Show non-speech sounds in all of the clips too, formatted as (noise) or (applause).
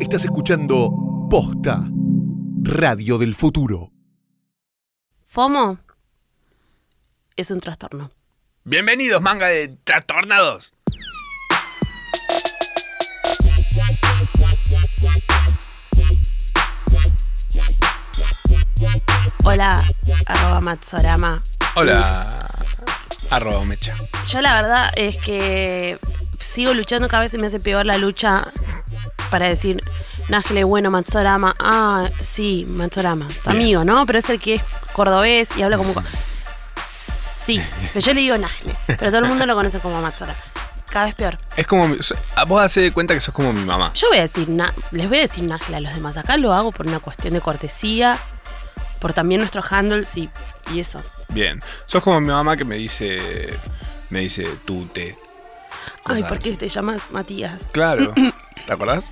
Estás escuchando Posta, Radio del Futuro. FOMO es un trastorno. Bienvenidos, manga de trastornados. Hola, arroba Matsorama. Hola, arroba mecha. Yo la verdad es que sigo luchando, cada vez se me hace peor la lucha para decir, Nájele, bueno, Matsorama. Ah, sí, Matsorama. Tu Bien. amigo, ¿no? Pero es el que es cordobés y habla como... co- Sí, pero yo le digo Nájele, pero todo el mundo lo conoce como Matsorama. Cada vez peor. Es como. mi- so- a Vos haces de cuenta que sos como mi mamá. Yo voy a decir, na- les voy a decir Nájila a los demás. Acá lo hago por una cuestión de cortesía, por también nuestros handles y, y eso. Bien. Sos como mi mamá que me dice. Me dice tute. Ay, cosas ¿por qué así. te llamas Matías? (clears throat) Claro. ¿Te acordás?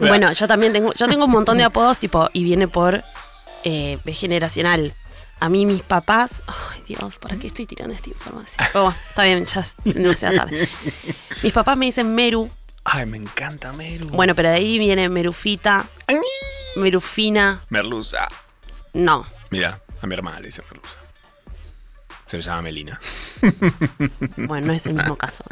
Bueno, yo también tengo, yo tengo un montón de apodos, tipo, y viene por eh, generacional. A mí mis papás, ay Dios, ¿para qué estoy tirando esta información? Pero bueno, está bien, ya es- no sea tarde. Mis papás me dicen Meru, Ay, me encanta Meru. bueno, pero de ahí viene Merufita, Ay. Merufina, Merluza. no. Mira, a mi hermana le dice Merluza. Se me llama Melina. Bueno, no es el mismo caso.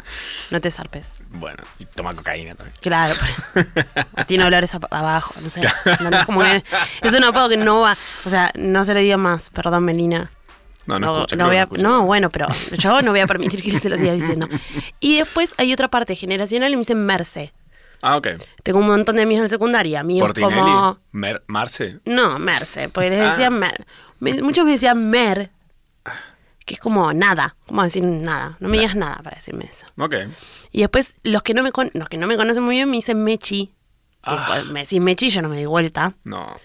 No te zarpes. Bueno, y toma cocaína también. Claro, por (laughs) eso. tiene olores a- abajo, no sé. No, no, es como que- es un apodo que no va. O sea, no se lo diga más, perdón, Melina. No, no, No, escucha, no creo voy que a- escucha. no, bueno, pero yo no voy a permitir que se lo siga diciendo. Y después hay otra parte generacional y me dicen Merce. Ah, ok. Tengo un montón de amigos en la secundaria, amigos Portinelli. como. Mer- Marce. No, Merce, porque les Ah. decían Mer. Me- muchos me decían Mer, que es como nada, como decir nada. No me digas nada para decirme eso. Ok. Y después, los que no me, con- los que no me conocen muy bien me dicen Mechi. Que, Ah. pues, Me decís Mechi, yo no me doy vuelta. No.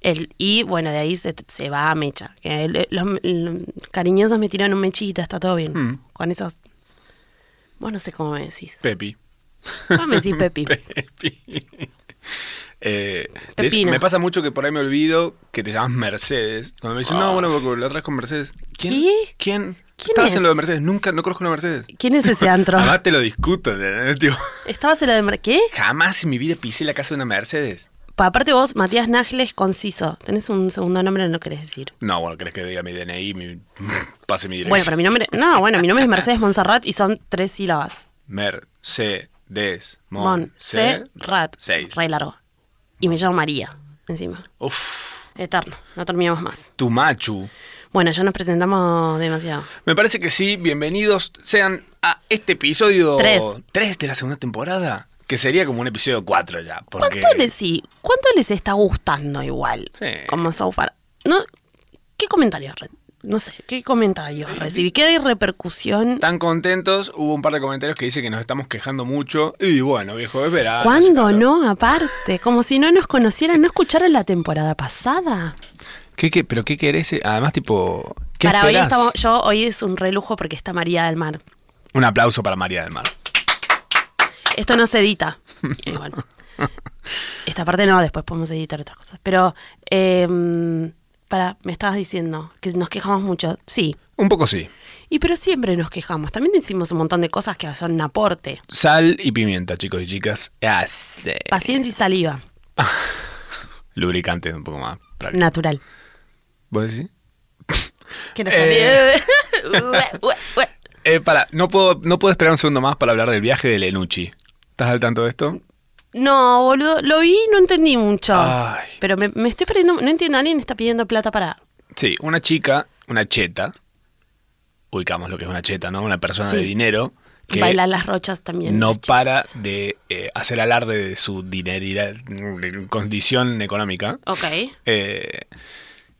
El- y bueno, de ahí se, se va a Mecha. Que el- los, el- cariñosos me tiran un mechita, está todo bien. Mm. Con esos. Vos no sé cómo me (laughs) decís. Pepi. Vos me decís Pepi. Pepi. (laughs) Eh, de hecho, Pepino. me pasa mucho que por ahí me olvido que te llamas Mercedes. Cuando me dicen, no, bueno, porque la otra vez con Mercedes. ¿Quién? ¿Qué? ¿Quién? ¿Quién Estabas es? en lo de Mercedes. Nunca, no conozco una Mercedes. ¿Quién es ese antro? (laughs) Jamás te lo discuto, ¿entendés? (laughs) Tipo, Estabas en la de. Mar- ¿Qué? jamás en mi vida pisé la casa de una Mercedes. Pa- aparte vos, Matías Nájles, conciso. Tenés un segundo nombre, no querés decir. No, bueno, ¿crees que diga mi DNI? Mi, (laughs) pase mi Bueno, dirección. pero mi nombre. No, bueno, mi nombre es Mercedes Monserrat y son tres sílabas. Mercedes. Mon. Se. Monserrat. Seis. Re largo. Y me llamo María, encima. Uf. Eterno. No terminamos más. Tu machu. Bueno, ya nos presentamos demasiado. Me parece que sí, bienvenidos sean a este episodio Tres. 3 de la segunda temporada, que sería como un episodio 4 ya, porque ¿Cuánto les, sí, ¿Cuánto les está gustando igual? Sí. Como so far. No, ¿Qué comentarios? re- No sé, ¿qué comentarios recibí? ¿Qué hay repercusión? tan contentos, hubo un par de comentarios que dicen que nos estamos quejando mucho y bueno, viejo, es verano. ¿Cuándo hace calor. no? Aparte, como si no nos conocieran, no escucharon la temporada pasada. ¿Qué, qué, pero qué querés? eh? Además tipo, ¿qué para esperás? hoy estamos, yo hoy es un relujo porque está María del Mar. Un aplauso para María del Mar. Esto no se edita. (laughs) Igual. Esta parte no, después podemos editar otras cosas. Pero, eh, para, me estabas diciendo que nos quejamos mucho. Sí, Un poco sí. Y pero siempre nos quejamos. También decimos un montón de cosas que son un aporte. Sal y pimienta, chicos y chicas. Ah, sí. Paciencia y saliva. Lubricante un poco más. práctico. Natural. ¿Vos decís? Que nos Eh. (laughs) Ue, ue, ue. Eh, para, no puedo, no puedo esperar un segundo más para hablar del viaje de Lenucci. ¿Estás al tanto de esto? No, boludo. Lo vi y no entendí mucho. Ay. Pero me, me estoy perdiendo. No entiendo. Alguien está pidiendo plata para. Sí, una chica, una cheta, ubicamos lo que es una cheta, ¿no? Una persona Sí. de dinero que bailar las rochas también. no las chicas. para de eh, hacer alarde de su dinerira, condición económica. Ok. Eh,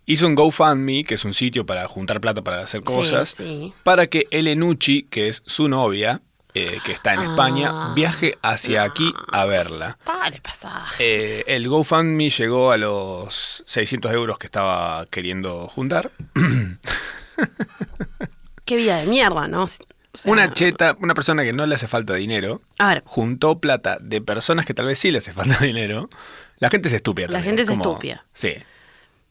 hizo un GoFundMe, que es un sitio para juntar plata para hacer cosas, sí. para que Elenucci, que es su novia, eh, que está en Ah. España, viaje hacia aquí a verla. Vale, pasada. Eh, el GoFundMe llegó a los 600 euros que estaba queriendo juntar. Qué vida de mierda, ¿no? O sea, Una cheta, una persona que no le hace falta dinero, A ver. juntó plata de personas que tal vez sí le hace falta (laughs) dinero. La gente es estúpida. La también, gente es como- estúpida. Sí.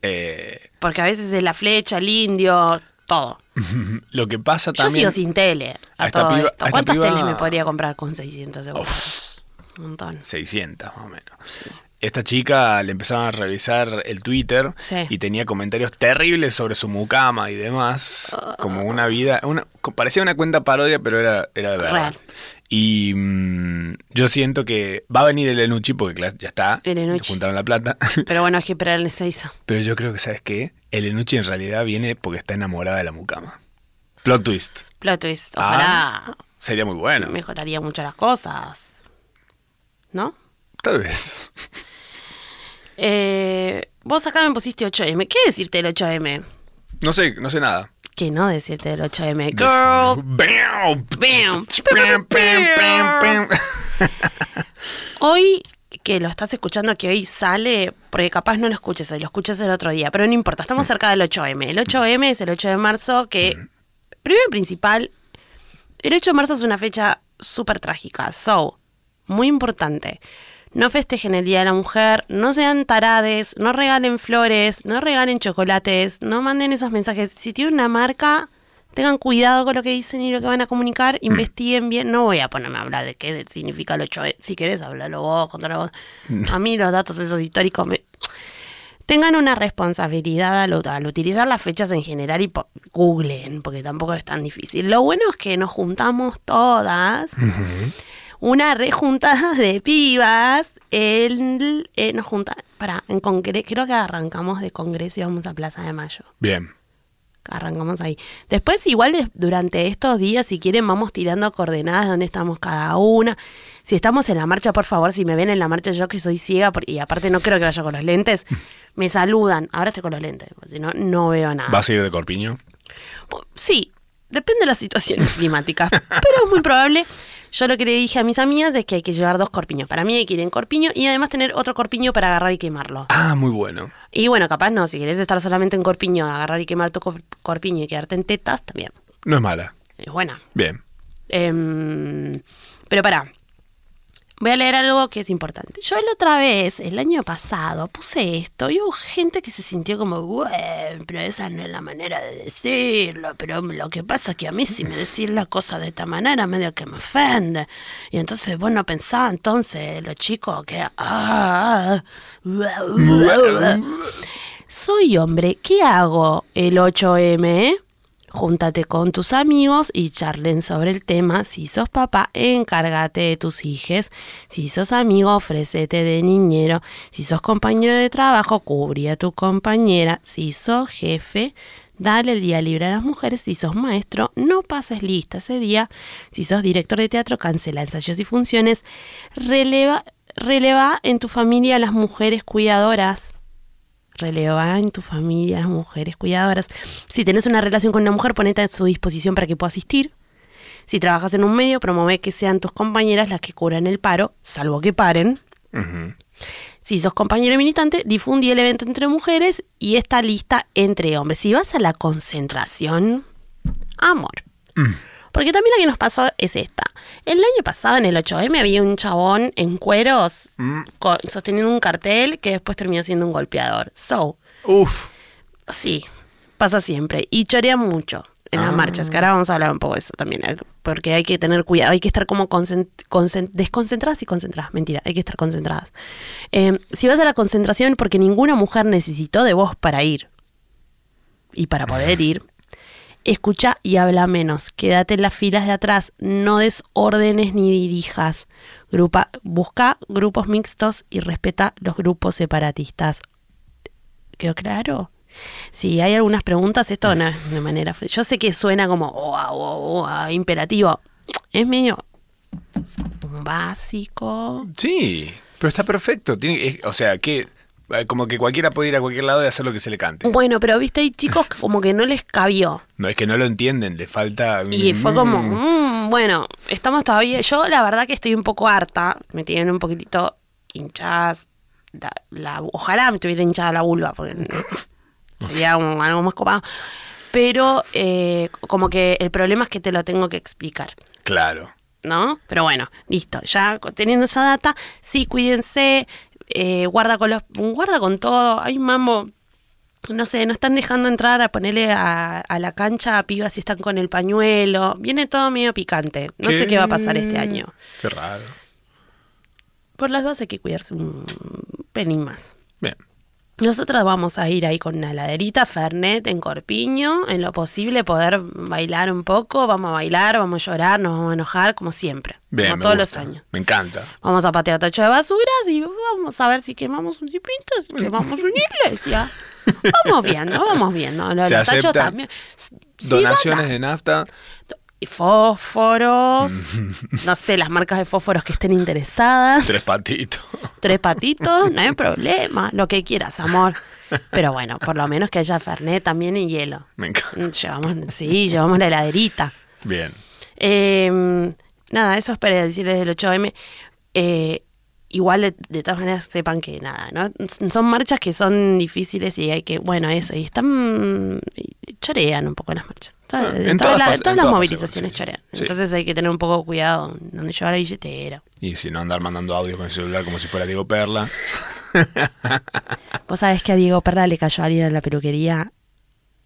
Eh, (laughs) Porque a veces es la flecha, el indio, todo. lo que pasa Yo también. sigo sin tele. A A esta todo piba- esto. a esta ¿Cuántas piba- teles me podría comprar con 600 euros? Un montón. 600 más o menos. Sí. Esta chica le empezaban a revisar el Twitter Sí. y tenía comentarios terribles sobre su mucama y demás. Ah. Como una vida. Una, co- parecía una cuenta parodia, pero era, era de verdad. Real. Y mm, yo siento que va a venir el Enuchi, porque cla- ya está. El Enucci. Juntaron la plata. (laughs) Pero bueno, hay que esperar el Ezeiza. pero yo creo que, ¿sabes qué? El Enuchi en realidad viene porque está enamorada de la mucama. Plot twist. Plot twist. Ah. Ojalá Sería muy bueno. mejoraría mucho las cosas. ¿No? Tal vez. Eh, vos acá me pusiste 8M. ¿Qué decirte del 8M? No sé, no sé nada. ¿Qué no decirte del 8M? Girl. Bam. Bam. Pam, pam, pam, pam. Hoy que lo estás escuchando, que hoy sale, porque capaz no lo escuches hoy, lo escuches el otro día, pero no importa, estamos cerca del 8M. El 8M es el 8 de marzo, que, primero y principal, el 8 de marzo es una fecha súper trágica, so, muy importante. No festejen el Día de la Mujer, no sean tarades, no regalen flores, no regalen chocolates, no manden esos mensajes. Si tienen una marca, tengan cuidado con lo que dicen y lo que van a comunicar, investiguen bien. No voy a ponerme a hablar de qué significa el 8 Si querés, háblalo vos, contalo vos. A mí los datos esos históricos me... Tengan una responsabilidad al, al utilizar las fechas en general y po- googlen, porque tampoco es tan difícil. Lo bueno es que nos juntamos todas una rejuntada de pibas. El, eh, nos junta, para, en congre- creo que arrancamos de Congreso y vamos a Plaza de Mayo. Bien. Arrancamos ahí. Después, igual des- durante estos días, si quieren, vamos tirando coordenadas de dónde estamos cada una. Si estamos en la marcha, por favor, si me ven en la marcha, yo que soy ciega, por- y aparte no creo que vaya con los (laughs) lentes, me saludan. Ahora estoy con los lentes, porque si no, no veo nada. ¿Vas a ir de corpiño? Po- Sí, depende de las situaciones (laughs) climáticas, pero es muy probable. Yo lo que le dije a mis amigas es que hay que llevar dos corpiños. Para mí hay que ir en corpiño y además tener otro corpiño para agarrar y quemarlo. Ah, muy bueno. Y bueno, capaz no, si querés estar solamente en corpiño, agarrar y quemar tu cor- corpiño y quedarte en tetas, también. No es mala. Es buena. Bien. Em, pero pará. Voy a leer algo que es importante. Yo la otra vez, el año pasado, puse esto y hubo gente que se sintió como, "Güey, pero esa no es la manera de decirlo. Pero lo que pasa es que a mí si me decís la cosa de esta manera, medio que me ofende. Y entonces vos no pensás, entonces, los chicos que... "Ah, ah, ah". Soy hombre, ¿qué hago el 8M? eh? Júntate con tus amigos y charlen sobre el tema. Si sos papá, encárgate de tus hijes. Si sos amigo, ofrecete de niñero. Si sos compañero de trabajo, cubrí a tu compañera. Si sos jefe, dale el día libre a las mujeres. Si sos maestro, no pases lista ese día. Si sos director de teatro, cancela ensayos y funciones. Releva, releva en tu familia a las mujeres cuidadoras releva en tu familia a las mujeres cuidadoras. Si tenés una relación con una mujer, ponete a su disposición para que pueda asistir. Si trabajas en un medio, promueve que sean tus compañeras las que curan el paro, salvo que paren. Ujú. Si sos compañero militante, difundí el evento entre mujeres y esta lista entre hombres. Si vas a la concentración, amor. Porque también la que nos pasó es esta. El año pasado, en el 8M, había un chabón en cueros co- sosteniendo un cartel que después terminó siendo un golpeador. So, Uf. Sí, pasa siempre. Y chorea mucho en las marchas, que ahora vamos a hablar un poco de eso también, eh, porque hay que tener cuidado, hay que estar como concent- concen- desconcentradas y concentradas, mentira, hay que estar concentradas. Eh, si vas a la concentración, porque ninguna mujer necesitó de vos para ir y para poder ir, escucha y habla menos, quédate en las filas de atrás, no des órdenes ni dirijas, Grupa, busca grupos mixtos y respeta los grupos separatistas. ¿Quedó claro? Si hay algunas preguntas, esto no es de manera. fri- Yo sé que suena como "Oh, ah, "Oa, oa, oa", imperativo. Es medio básico. Sí. Pero está perfecto. Tiene- es- o sea, que eh, como que cualquiera puede ir a cualquier lado y hacer lo que se le cante. Bueno, pero viste, hay chicos que como que no les cabió. No es que no lo entienden, le falta. Y fue como, Mm. "Mm, bueno, estamos todavía. Yo la verdad que estoy un poco harta. Me tienen un poquitito hinchadas. La, la- ojalá me tuviera hinchada la vulva, porque sería como algo más copado. Pero eh, como que el problema es que te lo tengo que explicar. Claro. ¿no? Pero bueno, listo, ya co- teniendo esa data, sí, cuídense, eh, guarda con los, guarda con todo, ay mambo, no sé, no están dejando entrar a ponerle a, a la cancha a pibas si están con el pañuelo, viene todo medio picante, no sé qué va a pasar este año. Qué raro. por las dos hay que cuidarse un pelín más. Bien. Nosotras vamos a ir ahí con una laderita, Fernet, en Corpiño, en lo posible poder bailar un poco, vamos a bailar, vamos a llorar, nos vamos a enojar, como siempre, Bien, como me todos gusta. los años. Me encanta. Vamos a patear tacho de basuras y vamos a ver si quemamos un cipito, si quemamos una iglesia. Vamos viendo, vamos viendo. Lo de Los, Se tachos aceptan también. S- sí, Donaciones dona- de nafta. y (laughs) Fósforos, no sé, las marcas de fósforos que estén interesadas, Tres patitos. (laughs) tres patitos, no hay problema, lo que quieras, amor. Pero bueno, por lo menos que haya Fernet también y hielo. Mm, Me encanta. Llevamos, sí, llevamos la heladerita. Bien. Eh, nada, eso es para decirles del 8M. Eh, igual, de, de todas maneras, sepan que nada, ¿no? S- Son marchas que son difíciles y hay que, bueno, eso, y están. y chorean un poco las marchas. Todas- Ah, todas en todas la- pas- en todas todas las pasa movilizaciones igual, sí, chorean. sí. Entonces hay que tener un poco de cuidado donde llevar la billetera. Y si no andar mandando audio con el celular como si fuera Diego Perla. Vos sabés que a Diego Perla le cayó a alguien en la peluquería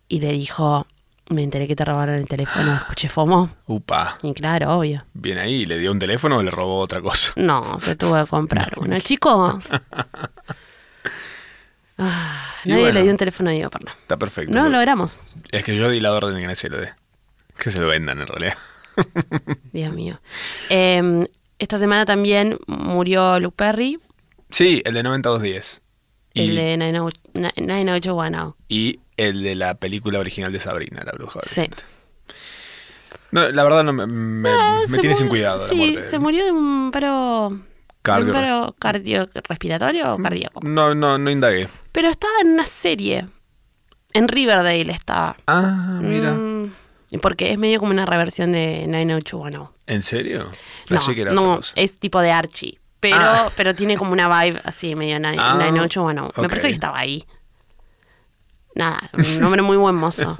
y le dijo: Me enteré que te robaron el teléfono, escuché FOMO. Upa. Y claro, obvio. Bien ahí, le dio un teléfono o le robó otra cosa. (laughs) No, se tuvo que comprar uno. Chicos. Ah, Y nadie bueno. le dio un teléfono a Diego Perla. Está perfecto. No lo logramos. Es que yo di la orden de que se lo dé. Que se lo vendan en realidad. (laughs) Dios mío. Eh, esta semana también murió Luke Perry, Sí, el de 9210. Y, el de 90810. y el de la película original de Sabrina, la bruja. Sí. adolescente. No, la verdad no me, me- me tiene sin cuidado Sí, la muerte. se Ah, murió de un paro, de un Cardio- Mm. paro cardiorrespiratorio o cardíaco. No, no, no indagué. Pero estaba en una serie. En Riverdale estaba. Ah, mira. Mm, porque es medio como una reversión de 90810. ¿En serio? No, Pensé que era no eh, otra cosa. es tipo de Archie. Pero, Ah. pero tiene como una vibe así, medio nine- Ah, 908. Bueno, me ok. parece que estaba ahí. Nada, un hombre muy buen (laughs) mozo.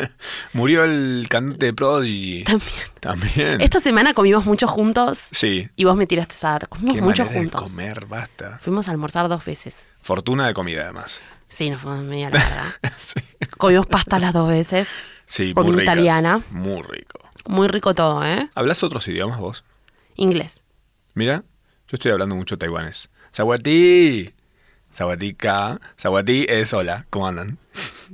Murió el cantante de Prodigy. También. También. Esta semana comimos mucho juntos Sí. y vos me tiraste esa data. Comimos Qué mucho manera juntos. de comer, basta. Fuimos a almorzar dos veces. Fortuna de comida, además. (laughs) Sí, nos fuimos media la verdad. sí, Comimos pasta las dos veces. sí Comida muy ricas. italiana. Muy rico. Muy rico todo, ¿eh? ¿Hablas otros idiomas vos? Inglés. Mira, yo estoy hablando mucho taiwanés. ¡Sawatí! Sawatika. Sawatí es hola. ¿Cómo andan?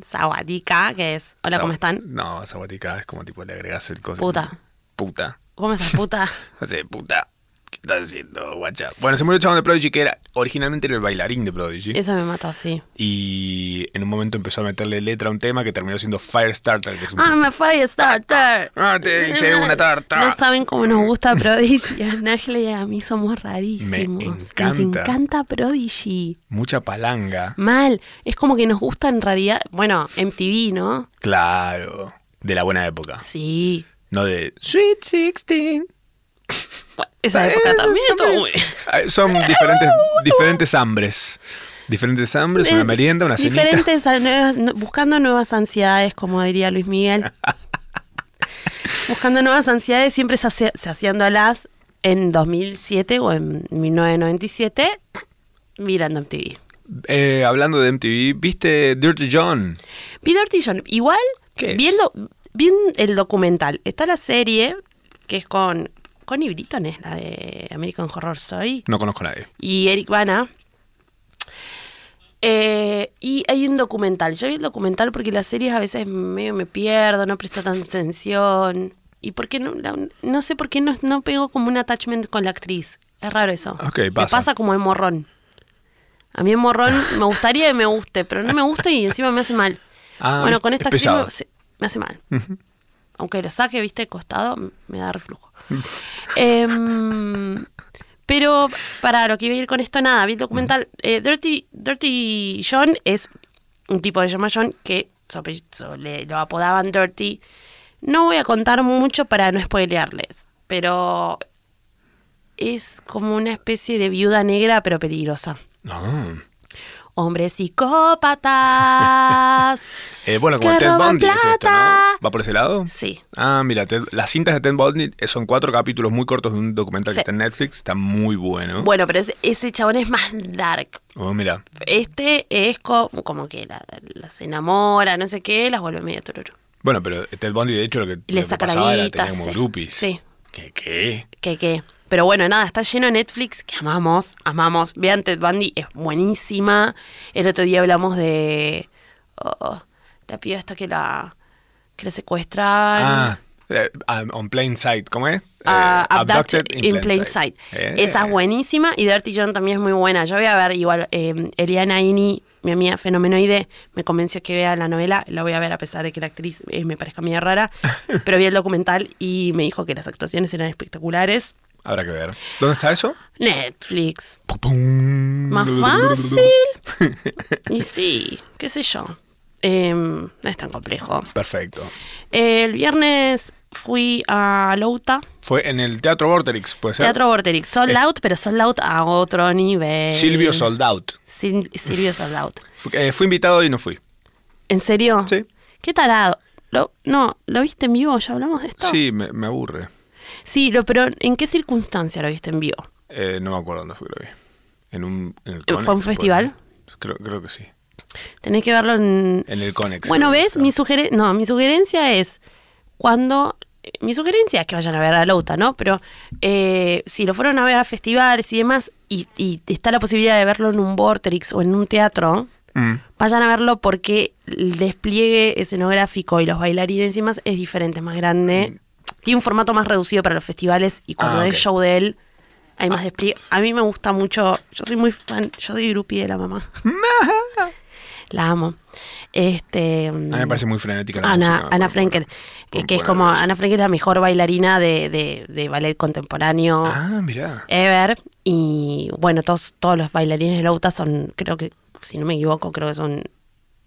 Sawadika, que es. Hola, Sawa- ¿cómo están? No, sawatika es como tipo le agregas el coso. Puta. Puta. ¿Cómo estás, (laughs) puta? Hace puta. ¿Qué estás haciendo, guacha? Bueno, se murió el chabón de Prodigy que era originalmente era el bailarín de Prodigy. Eso me mató, sí. Y en un momento empezó a meterle letra a un tema que terminó siendo Firestarter, que es un... I'm a firestarter. Ah, te hice una tarta. Ah. No saben cómo nos gusta Prodigy. A Nájila y a mí somos rarísimos. Me Nos encanta. encanta Prodigy. Mucha palanga. Mal. Es como que nos gusta en realidad. Bueno, MTV, ¿no? Claro. De la buena época. Sí. No de Sweet 16. Bueno, esa época Eh, también estuvo muy bien. Ah, (laughs) Son diferentes, diferentes hambres. Diferentes hambres, una Eh, merienda, una cenita. Diferentes, a nuevas- no- buscando nuevas ansiedades, como diría Luis (laughs) Miguel. buscando nuevas ansiedades, siempre se hace- se haciéndolas en 2007 o en 1997, mirando MTV. Eh, hablando de MTV, ¿viste Dirty John? Peter Tillon, igual, ¿Qué es? viendo bien el documental, está la serie que es con Connie Britton, es la de American Horror Story, No conozco a nadie. y Eric Bana. Eh, y hay un documental. Yo vi el documental porque las series a veces medio me pierdo, no presto tanta atención. Y porque no, la- no sé por qué no, no pego como un attachment con la actriz. Es raro eso. Ok, Me pasa. pasa como el morrón. A mí el (laughs) morrón me gustaría que me guste, pero no me gusta y encima me hace mal. Ah, bueno, es- con es esta actriz pesado. me- sí, me hace mal. Aunque lo saque, viste, costado, m- me da (laughs) reflujo. Em, pero para lo que iba a ir con esto, nada, vi el documental. Eh, Dirty, Dirty John es un tipo de llama John que su apellido- su- le, lo apodaban Dirty. No voy a contar mucho para no spoilearles, pero es como una especie de viuda negra, pero peligrosa. No. Hombres psicópatas. Eh, bueno, como Que Ted roban Bundy es esto, plata. ¿no? ¿Va por ese lado? sí. Ah, mira, Ted- las cintas de Ted Bundy eh, son cuatro capítulos muy cortos de un documental Sí. que está en Netflix. Está muy bueno. Bueno, pero ese, ese chabón es más dark. Oh, mira. Este es co- como que la- las enamora, no sé qué, las vuelve medio tururu. Bueno, pero Ted Bundy, de hecho, lo que, Y le lo que saca la pasaba era guita, tener como sí. groupies. Sí. ¿Qué qué? Que qué. Pero bueno, nada, está lleno de Netflix, que amamos, amamos. Vean Ted Bundy, es buenísima. El otro día hablamos de oh, la piba esta que la que la secuestran. Ah, eh, um, on plain sight, ¿cómo es? Eh, Ah, Abducted, in, Plain Sight. Eh. Esa es buenísima y Dirty John también es muy buena. Yo voy a ver igual eh, Eliana Ini, mi amiga fenomenoide, me convenció que vea la novela. La voy a ver a pesar de que la actriz eh, me parezca medio (laughs) rara. pero vi el documental y me dijo que las actuaciones eran espectaculares. Habrá que ver. ¿Dónde está eso? Netflix. Más Más fácil. (laughs) Y sí, qué sé yo. Em, no es tan complejo. Perfecto. El viernes fui a Louta, Fue en el Teatro Vorterix, puede ser. Teatro Vorterix, Sold Out, pero Sold Out a otro nivel. Silvio Sold Out. Sil- Silvio Sold Out. Fu- eh, fui invitado y no fui. ¿En serio? Sí. Qué tarado. Lo- no, ¿lo viste en vivo? ¿Ya hablamos de esto? Sí, me, me aburre. Sí, lo, pero ¿en qué circunstancia lo viste en vivo? Eh, no me acuerdo dónde fue que lo vi. En un, en el ¿Fue a un Conex, festival? puede ser. Creo, creo que sí. Tenés que verlo en... En el Conex. Bueno, creo que ¿ves? está. Mi, sugere- no, mi sugerencia es cuando... eh, Mi sugerencia es que vayan a ver a Lauta, ¿no? Pero eh, si lo fueron a ver a festivales y demás, y, y está la posibilidad de verlo en un Vorterix o en un teatro, Mm. vayan a verlo porque el despliegue escenográfico y los bailarines y más es diferente, es más grande. Tiene un formato más reducido para los festivales y cuando Mm. Ah, es ok. Ah. show de él hay más despliegue. A mí me gusta mucho, yo soy muy fan, yo soy grupi de la (laughs) mamá. la amo. Este, A mí me parece muy frenética la Ana, música, Ana me acuerdo. Frankel, Por- que, que es por como, algo así. Ana Frankel es la mejor bailarina de, de- de ballet contemporáneo Ah, mirá. ever. Y bueno, todos, todos los bailarines de Lauta son, creo que, si no me equivoco, creo que son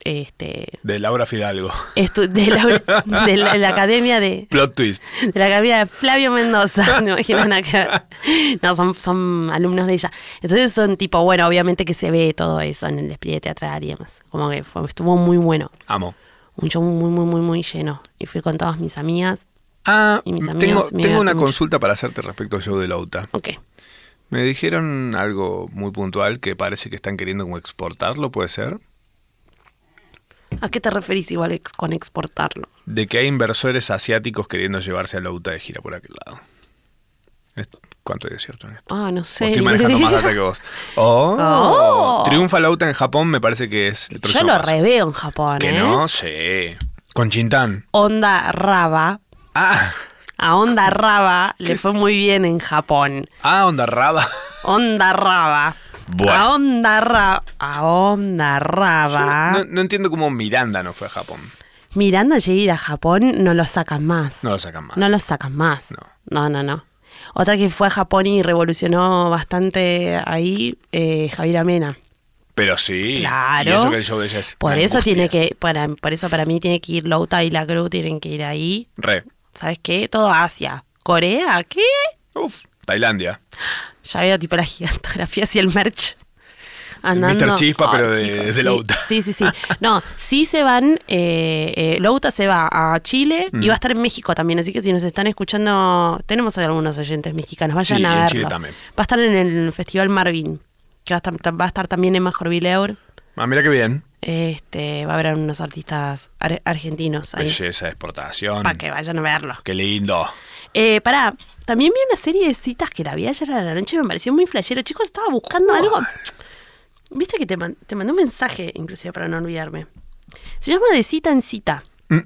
este De Laura Fidalgo. (laughs) estu- de, la, de la- de la academia de, Plot twist. de la academia de Flavio Mendoza. (laughs) No imagino nada que ver. No, son, son alumnos de ella. Entonces son tipo, bueno, obviamente que se ve todo eso en el despliegue teatral y demás. Como que fue- estuvo muy bueno. Amo. Un show muy, muy, muy, muy lleno. Y fui con todas mis amigas. Ah, Y mis amigos tengo, me tengo una diverten mucho. consulta para hacerte respecto al show de Lauta. Ok. Me dijeron algo muy puntual que parece que están queriendo como exportarlo, ¿puede ser? ¿A qué te referís igual ex- con exportarlo? De que hay inversores asiáticos queriendo llevarse a Lauta de gira por aquel lado. Es- ¿Cuánto hay de cierto en esto? Ah, no O sé. Estoy manejando (laughs) más data que vos. Oh, Oh. Triunfa Lauta en Japón, me parece que es el Yo próximo lo paso. reveo en Japón, Que ¿eh? no, sí. Con Chintan. Onda Raba. Ah, A Onda Raba le fue muy bien en Japón. ah, onda (laughs) raba. Onda Raba. Bueno. A Onda Raba. A Onda Raba. No, no entiendo cómo Miranda no fue a Japón. Miranda llegue a ir a Japón, no lo sacan más. No lo sacan más. No lo sacan más. No. No, no, no. Otra que fue a Japón y revolucionó bastante ahí, eh, Javier Amena. Pero sí. Claro. Y eso que el show de ella es. Por una eso angustia. tiene que, para, por eso para mí tiene que ir Louta y la Cruz, tienen que ir ahí. Re. ¿Sabes qué? Todo Asia. ¿Corea? ¿Qué? Uf, Tailandia. Ya veo tipo las gigantografías y el merch. Andando. Mr. Chispa, pero de- de sí, Louta. Sí, (laughs) sí, sí. No, sí se van. Eh, eh, Louta se va a Chile y Mm. va a estar en México también. Así que si nos están escuchando, tenemos algunos oyentes mexicanos. Vayan Sí, a y en verlo. Chile también. Va a estar en el Festival Marvin, que va a estar, va a estar también en Majorville Eur. Ah, mira qué bien. Este, va a haber unos artistas ar- argentinos ahí. Belleza, exportación. Para que vayan a verlo. Qué lindo. Eh, pará, también vi una serie de citas que la vi ayer a la noche y me pareció muy flashero. Chicos, estaba buscando algo. Viste que te, man- te mandé un mensaje, inclusive, para no olvidarme. Se llama De cita en cita. Mm.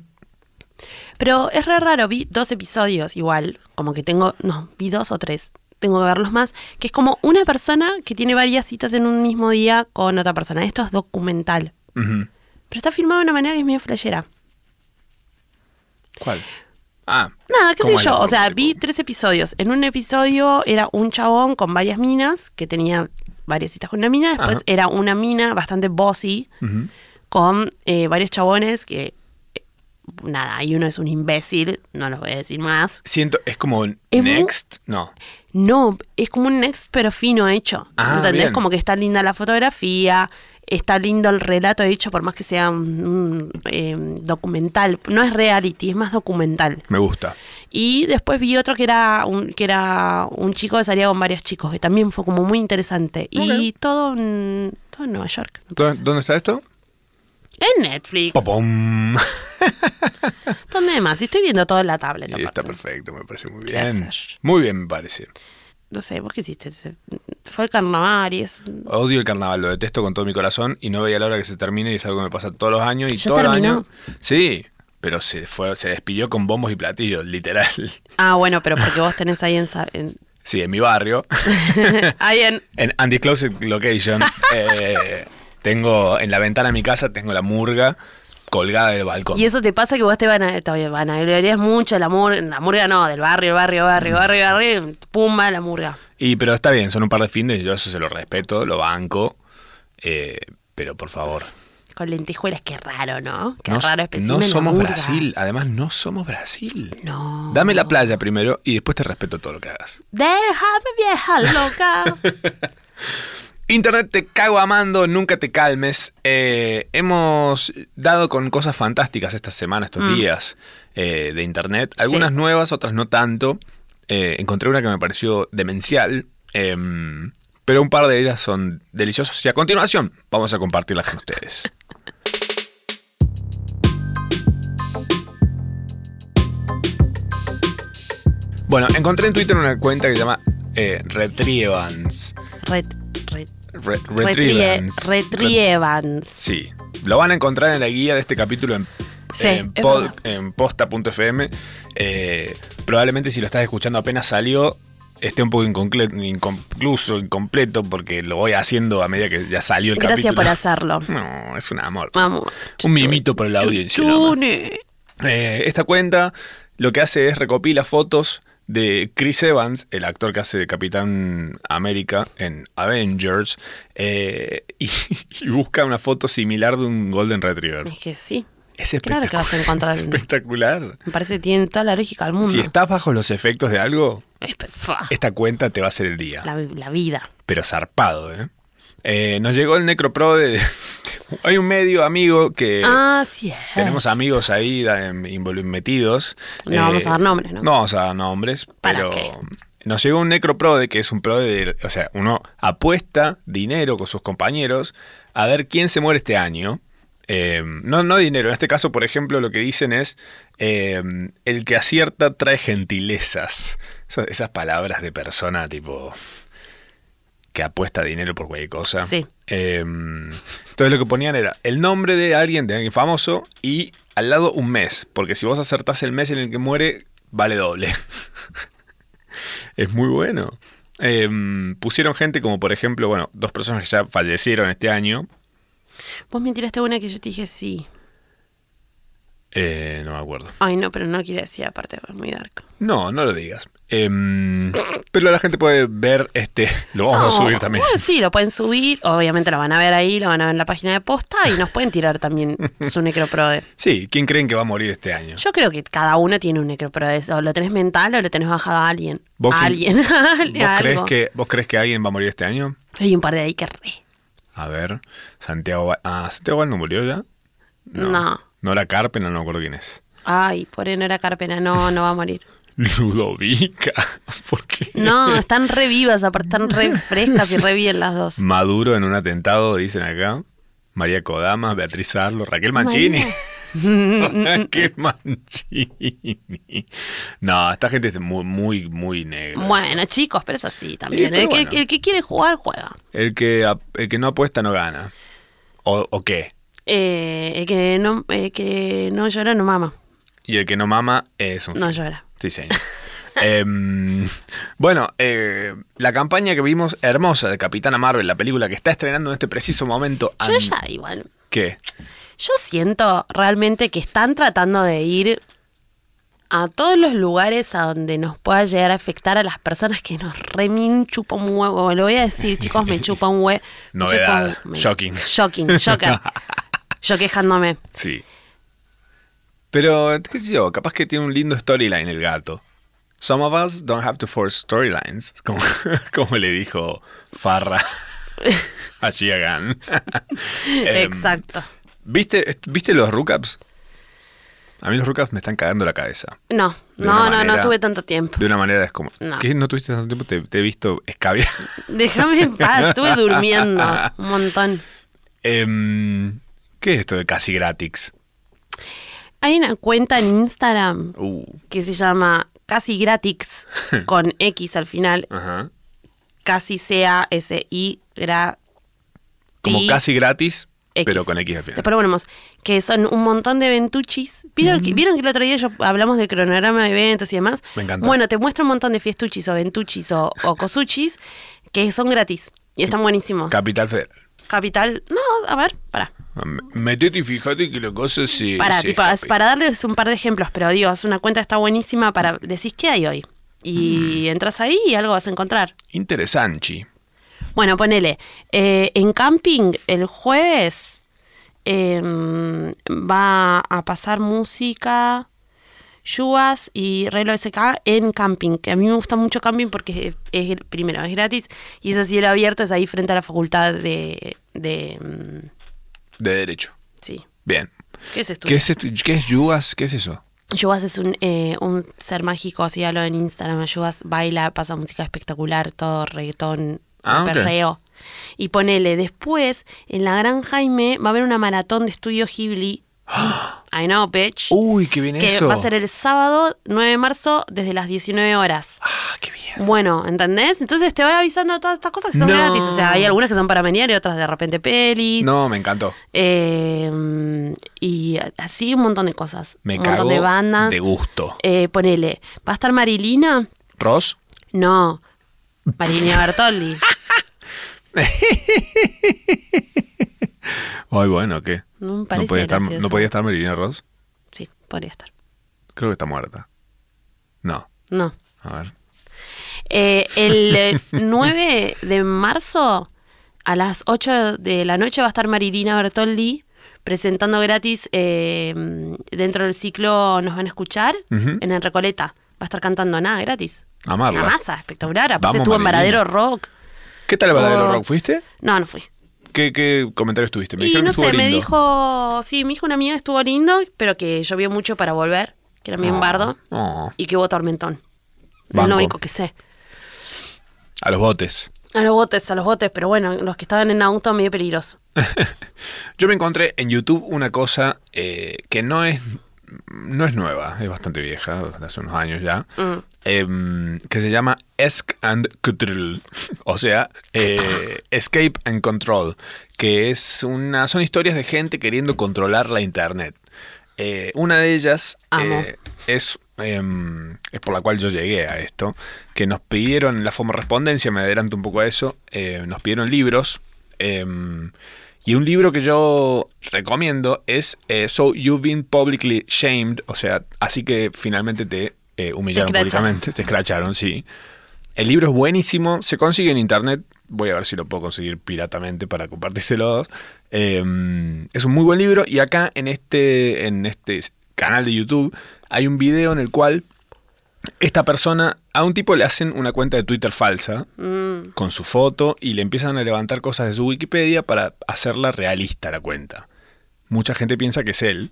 Pero es re raro, vi dos episodios igual, como que tengo, no, vi dos o tres, tengo que verlos más, que es como una persona que tiene varias citas en un mismo día con otra persona. Esto es documental. Ujú. Pero está filmado de una manera que es medio flashera. ¿Cuál? Ah. Nada, qué sé ¿cómo es la yo. O sea, fórmula? vi tres episodios. En un episodio era un chabón con varias minas, que tenía varias citas con una mina. Después Ajá. era una mina bastante bossy, Ujú. con eh, varios chabones que. eh, Nada, y uno es un imbécil, no los voy a decir más. Siento, es como Es muy- Next. No. No, es como un next pero fino hecho. Ah, ¿Entendés? bien. Como que está linda la fotografía, está lindo el relato hecho, por más que sea un, un, eh, documental. No es reality, es más documental. Me gusta. Y después vi otro que era un, que era un chico que salía con varios chicos, que también fue como muy interesante. Y todo en, todo en Nueva York. me ¿Dó- parece. ¿Dónde está esto? En Netflix. ¡Popom! ¿Dónde más? Estoy viendo todo en la tablet. Y está aparte. perfecto, me parece muy ¿Qué bien. hacer? Muy bien, me parece. No sé, ¿vos qué hiciste? Se- Fue el carnaval y es... Odio el carnaval, lo detesto con todo mi corazón y no veía la hora que se termine y es algo que me pasa todos los años y ¿Ya todos los terminó? años. Sí, pero se fue, se despidió con bombos y platillos, literal. (laughs) Ah, bueno, pero porque vos tenés ahí en... sa- en- Sí, en (laughs) mi barrio, ahí en... en Undisclosed Location, eh, tengo en la ventana de mi casa tengo la murga colgada del balcón. Y eso te pasa que vos te van a... Te van a agregarías mucho la murga. La murga no, del barrio, barrio, barrio, (laughs) barrio, barrio. Pumba, la murga. Y pero está bien, son un par de fines, yo eso se lo respeto, lo banco, eh, pero por favor. Con lentejuelas, qué raro, ¿no? Qué no, raro no especimen. la somos murga. Brasil, además no somos Brasil. No. Dame la playa primero y después te respeto todo lo que hagas. Déjame vieja loca. Internet te cago amando, nunca te calmes. Eh, hemos dado con cosas fantásticas esta semana, estos días eh, de Internet. Algunas Sí. nuevas, otras no tanto. Eh, encontré una que me pareció demencial, em, pero un par de ellas son deliciosas. Y a continuación vamos a compartirlas con ustedes. Bueno, encontré en Twitter una cuenta que se llama eh, Retrievance. (laughs) Ret, ret, Re- retrie, Retrievance. Re- retrievans. sí. Lo van a encontrar en la guía de este capítulo en, Sí, en es pod- verdad. en posta.fm. Eh, probablemente si lo estás escuchando apenas salió, esté un poco inconcle- inconcluso, incompleto, porque lo voy haciendo a medida que ya salió el Gracias por capítulo. hacerlo. (laughs) No, es un amor. Vamos. Un mimito para la audiencia. nada más. Chuchune. Eh, esta cuenta lo que hace es recopila fotos de Chris Evans, el actor que hace de Capitán América en Avengers, eh, y, (laughs) y busca una foto similar de un Golden Retriever. Es que sí. Es Claro espectacular. que vas a encontrar es un- (laughs) espectacular. Me parece que tienen toda la lógica del mundo. Ah. Si estás bajo los efectos de algo, Es per- fa, esta cuenta te va a hacer el día. la, la vida. pero zarpado, ¿eh? Eh, nos llegó el Necropro de... (laughs) Hay un medio amigo que... ah, sí. es. Eh, (laughs) Tenemos amigos ahí da- em, involu- metidos. eh, No vamos a dar nombres, ¿no? No vamos a dar nombres, ¿Para pero qué? nos llegó un necroprode, que es un prode, de- o sea, uno apuesta dinero con sus compañeros a ver quién se muere este año. Eh, no, no dinero, en este caso, por ejemplo, lo que dicen es, eh, el que acierta trae gentilezas. Eso- esas palabras de persona tipo que apuesta dinero por cualquier cosa. Sí. Eh, entonces lo que ponían era el nombre de alguien, de alguien famoso, y al lado un mes, porque si vos acertás el mes en el que muere, vale doble. (laughs) es muy bueno. Eh, pusieron gente como por ejemplo, bueno, dos personas que ya fallecieron este año. Vos me tiraste una que yo te dije sí. Eh, no me acuerdo. Ay, no, pero no quiere decir aparte, es muy dark. No, no lo digas. Eh, pero la gente puede ver este. (laughs) Lo vamos a No, subir también. bueno, sí, lo pueden subir. Obviamente lo van a ver ahí, lo van a ver en la página de posta y nos pueden tirar también su necroprode. Sí, ¿quién creen que va a morir este año? Yo creo que cada uno tiene un necroprode. O lo tenés mental o lo tenés bajado a alguien. ¿Vos a quién- alguien. (laughs) a ¿Vos crees, algo. que, ¿Vos crees que alguien va a morir este año? Hay un par de ahí que re. A ver, Santiago... Val- Ah, ¿Santiago Val no murió ya? No. Nora Carpena, no me acuerdo quién es. (laughs) Ay, por no era Carpena. No, no va a morir. Ludovica, (laughs) ¿por qué? (laughs) No, están re vivas, aparte están re (laughs) frescas y re bien las dos. Maduro en un atentado, dicen acá. María Kodama, Beatriz Arlo, Raquel Mancini. (laughs) (laughs) Raquel Mancini. No, esta gente es muy, muy, muy negra. Bueno, chicos, pero es así también. pero el, que, Mm. bueno. el que quiere jugar, juega. El que, ap- el que no apuesta no gana. ¿O, o qué? Eh, el que no, el que no llora, no mama. Y el que no mama es un No llora. Sí, señor. (laughs) Em, bueno, eh, la campaña que vimos hermosa de Capitana Marvel, la película que está estrenando en este preciso momento. Yo an- ya igual. ¿Qué? Yo siento realmente que están tratando de ir a todos los lugares a donde nos pueda llegar a afectar a las personas que nos remin chupa un huevo. Lo voy a decir, chicos, me chupa un huevo. Novedad. Shocking. Shocking, (laughs) shocker. Yo quejándome. Sí. Pero, qué sé yo, capaz que tiene un lindo storyline el gato. Some of us don't have to force storylines, como, (laughs) como le dijo Farra a Giagan. Em, Exacto. (laughs) ¿viste, ¿Viste los rookups? A mí los rookups me están cagando la cabeza. No, de una no, no, no manera- tuve tanto tiempo. De una manera es como, No. ¿qué? ¿No tuviste tanto tiempo? Te, te he visto escabiar. Déjame en paz, estuve durmiendo un montón. Em, ¿Qué es esto de casi gratis? Hay una cuenta en Instagram Uh, que se llama Casi (laughs) Gratix con X al final. ajá. Casi sea S I gratis. Como casi gratis, X. pero con X al final. Después lo ponemos. Que son un montón de ventuchis. ¿Vieron, que, vieron que el otro día yo hablamos del cronograma de eventos y demás? Me encanta. Bueno, te muestro un montón de fiestuchis o ventuchis o, o cosuchis que son gratis y están buenísimos. Capital Federal. Capital. No, a ver, para. Metete y fíjate que la cosa se. Para, se tipo, escape. para darles un par de ejemplos, pero digo, es una cuenta está buenísima para decís qué hay hoy. Mm. Y entras ahí y algo vas a encontrar. Interesanchi. Bueno, ponele. eh, en camping, el jueves em, va a pasar música, Yuas y Relo SK en camping. Que a mí me gusta mucho camping porque es, es- primero, es gratis y es a cielo abierto, es ahí frente a la facultad de. de em, De derecho. sí. Bien. ¿Qué es esto? ¿Qué es, esto? ¿Qué es Yugas? ¿Qué es eso? Yubas es un, eh, un ser mágico, así hablo en Instagram. Yubas baila, pasa música espectacular, todo reggaetón, Ah, ok. perreo. Y ponele, después en la Gran Jaime va a haber una maratón de estudio (gasps) Ghibli. I know, bitch. Uy, qué bien que Uh, eso. va a ser el sábado 9 de marzo desde las 19 horas. Ah, qué bien. Bueno, ¿entendés? Entonces te voy avisando todas estas cosas que son No. gratis. O sea, hay algunas que son para menear y otras de repente pelis. No, me encantó. Eh, y así un montón de cosas. Me un cago montón de bandas. de gusto. Eh, ponele, ¿va a estar Marilina? ¿Ross? No, Marilina (laughs) Bertolli. Ay, bueno, ¿qué? No me No, parece podía estar, gracioso. ¿No podía estar Marilina Ross? Sí, podría estar. Creo que está muerta. No. No. A ver. Eh, el (laughs) eh, 9 de marzo a las 8 de la noche va a estar Marilina Bertoldi presentando gratis eh, dentro del ciclo Nos van a escuchar Ujú. en el Recoleta. Va a estar cantando nada gratis. Amarla. Una masa espectacular. Aparte Vamos, estuvo en Marilina. Varadero Rock. ¿Qué tal el verdadero Oh. rock? ¿Fuiste? No, no fui. ¿Qué, qué comentarios tuviste? Me y dijeron no que estuvo sé, me lindo. dijo, sí, me dijo una amiga que estuvo lindo, pero que llovió mucho para volver, que era bien Oh, bardo, oh. y que hubo tormentón. Es Banco. lo único que sé. A los botes. A los botes, a los botes, pero bueno, los que estaban en auto medio peligroso. Yo me encontré en YouTube una cosa eh, que no es, no es nueva, es bastante vieja, de hace unos años ya, Mm. em, que se llama Esc and Control, (laughs) o sea, eh, Escape and Control, que es una, son historias de gente queriendo controlar la Internet. Eh, una de ellas Amo. eh, es, em, es por la cual yo llegué a esto, que nos pidieron, la forma respondencia, me adelanto un poco a eso, eh, nos pidieron libros. em, y un libro que yo recomiendo es eh, So You've Been Publicly Shamed, o sea, así que finalmente te eh, humillaron Te escracharon. públicamente, te escracharon, sí. El libro es buenísimo, se consigue en internet. Voy a ver si lo puedo conseguir piratamente para compartírselo. Eh, es un muy buen libro y acá en este, en este canal de YouTube hay un video en el cual esta persona, a un tipo le hacen una cuenta de Twitter falsa Mm, con su foto y le empiezan a levantar cosas de su Wikipedia para hacerla realista la cuenta. Mucha gente piensa que es él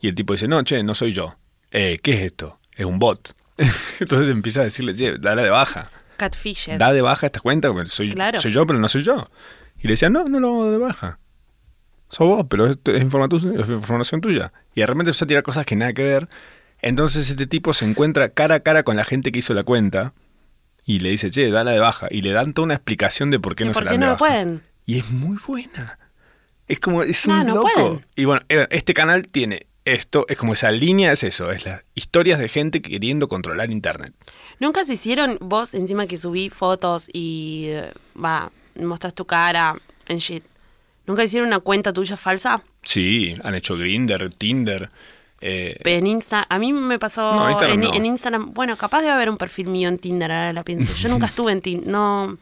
y el tipo dice, no, che, no soy yo. Eh, ¿Qué es esto? Es un bot. (laughs) Entonces empieza a decirle, che, dale de baja catfisher. da de baja esta cuenta, porque soy, Claro. soy yo, pero no soy yo. Y le decían, no, no lo hago de baja. Sos vos, pero esto es, informatu- es información tuya. Y de repente empezó a tirar cosas que nada que ver. Entonces este tipo se encuentra cara a cara con la gente que hizo la cuenta y le dice, che, dala de baja. Y le dan toda una explicación de por qué ¿Y no por se la qué dan de no lo baja. pueden? Y es muy buena. Es como, es No, un no loco. pueden. Y bueno, eh, este canal tiene esto, es como esa línea, es eso, es las historias de gente queriendo controlar internet. Nunca se hicieron vos, encima que subí fotos y eh, va, mostras tu cara en shit. ¿Nunca hicieron una cuenta tuya falsa? Sí, han hecho Grinder, Tinder. eh, En Insta, a mí me pasó No, Instagram en, no. en Instagram. Bueno, capaz debe haber un perfil mío en Tinder, ahora la pienso. Yo (laughs) nunca estuve en Tinder, no,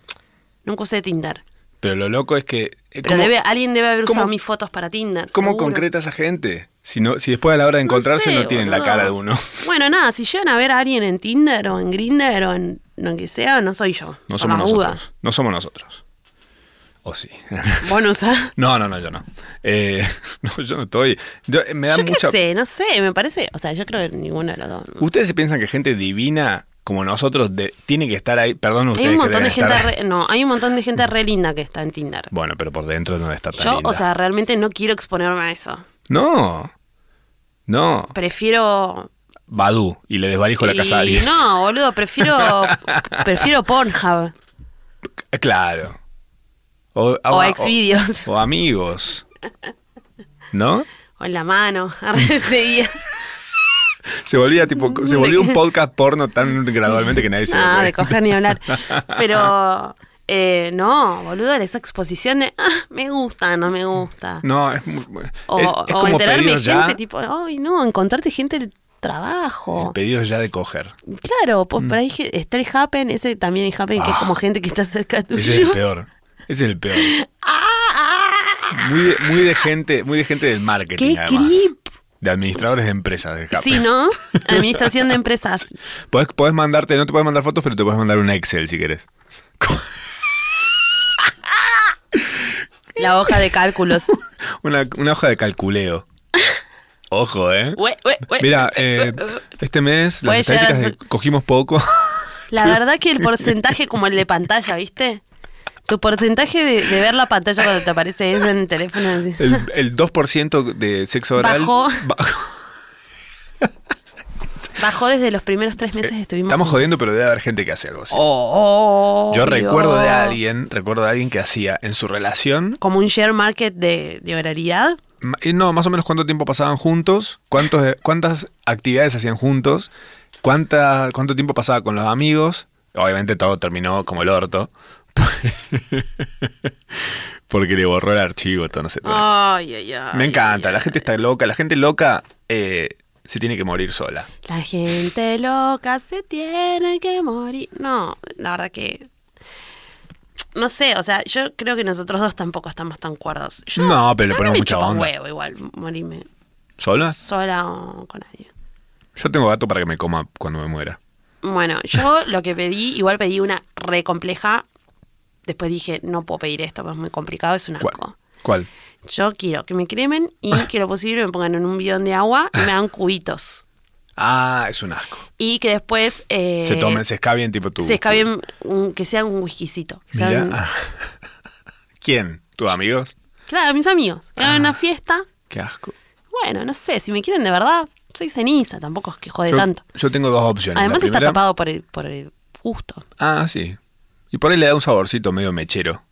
nunca usé Tinder. pero lo loco es que. eh, Pero ¿cómo, debe, alguien debe haber cómo- usado mis fotos para Tinder. cómo seguro. concreta esa gente? Si, no, si después a la hora de encontrarse no, sé, tienen la boludo. cara de uno. (laughs) Bueno, nada, si llegan a ver a alguien en Tinder o en Grinder o en lo que sea, no soy yo. No por somos las nosotros. dudas. No somos nosotros. O sí. (laughs) Vos no usás. no, no, no, yo no. Eh, (laughs) no, yo no estoy. yo- eh, me da Yo qué mucha. sé, no sé, me parece. O sea, yo creo que ninguno de los dos. ¿no? ¿Ustedes se piensan que gente divina como nosotros de- tiene que estar ahí. Perdón, ustedes Hay un que montón de deben gente estar- re, no, hay un montón de gente re linda que está en Tinder. (laughs) Bueno, pero por dentro no debe estar tan Yo, linda. o sea, realmente no quiero exponerme a eso. no. No. Prefiero Badu y le desvarijo la Y casa a alguien. No, boludo, (laughs) prefiero prefiero Pornhub Eh, Claro. O, o, Xvideos o amigos. ¿No? o en la mano. (laughs) (laughs) Arre, seguía. Se volvía tipo, se (laughs) volvió un podcast porno tan gradualmente que nadie se Mm, Ah, ve. de coger ni hablar. Pero eh, no, boludo, esa exposición de ah, me gusta, no me gusta. No, es, muy- o es, es o como enterarme de pedidos gente ya, tipo, ay no, encontrarte gente del trabajo. pedidos ya de coger. Claro, pues por ahí je- está el Happen, ese también el Happen, que es Mm. Ah. como gente que está cerca tuyo. Ese es el peor. Ese es el peor. Ah, Muy de, muy de gente, muy de gente del marketing ¡Qué además. creep! De administradores de empresas, de ah. Happn. Sí, ¿no? Administración de empresas. Podés, podés mandarte, no te puedes mandar fotos, pero te puedes mandar un Excel si querés. La hoja de cálculos. Una, una hoja de calculeo. Ojo, ¿eh? (laughs) Ue, ue, ue. Mira, eh, este mes las Puede llegar estadísticas a de ser- cogimos poco. (laughs) eh, La verdad que el porcentaje como el de pantalla, ¿viste? Tu porcentaje de, de ver la pantalla cuando te aparece eso en el teléfono. así. El, el 2% de sexo oral. Bajó. Bajó. Bajó desde los primeros tres meses estuvimos. Eh, Estamos juntos. jodiendo, pero debe haber gente que hace algo así. Oh, Yo obvio. recuerdo de alguien, recuerdo de alguien que hacía en su relación, Como un share market de, de horariedad. ma- eh, no, más o menos cuánto tiempo pasaban juntos, cuántos, eh, cuántas actividades hacían juntos, cuánta, cuánto tiempo pasaba con los amigos. Obviamente todo terminó como el orto. (laughs) Porque le borró el archivo, todo, no sé. todo. Ay, ay, ay. Me encanta, ay, la ay. gente está loca, la gente loca eh, se tiene que morir sola. La gente loca se tiene que morir. No, la verdad que. No sé, o sea, yo creo que nosotros dos tampoco estamos tan cuerdos. Yo- No, pero le a mí ponemos me mucha chupa un onda. huevo igual, morirme ¿Sola? sola o con alguien. Yo tengo gato para que me coma cuando me muera. Bueno, yo lo que pedí, igual pedí una re compleja. Después dije, no puedo pedir esto, es muy complicado, es un ¿Cuál? asco. ¿Cuál? Yo quiero que me cremen (laughs) y que lo posible me pongan en un bidón de agua y me hagan cubitos. Ah, es un asco. Y que después eh, se tomen, se escabien tipo tú. se escaben, un- que sean un whiskycito. que Mira. sean- ah. (laughs) ¿Quién? ¿Tus amigos? Claro, mis amigos. Ah. Que hagan una fiesta. Qué asco. Bueno, no sé, si me quieren de verdad, soy ceniza, tampoco es que jode Yo, tanto. yo tengo dos opciones. Además La está primera- tapado por el, por el gusto. Ah, sí. Y por ahí le da un saborcito medio mechero.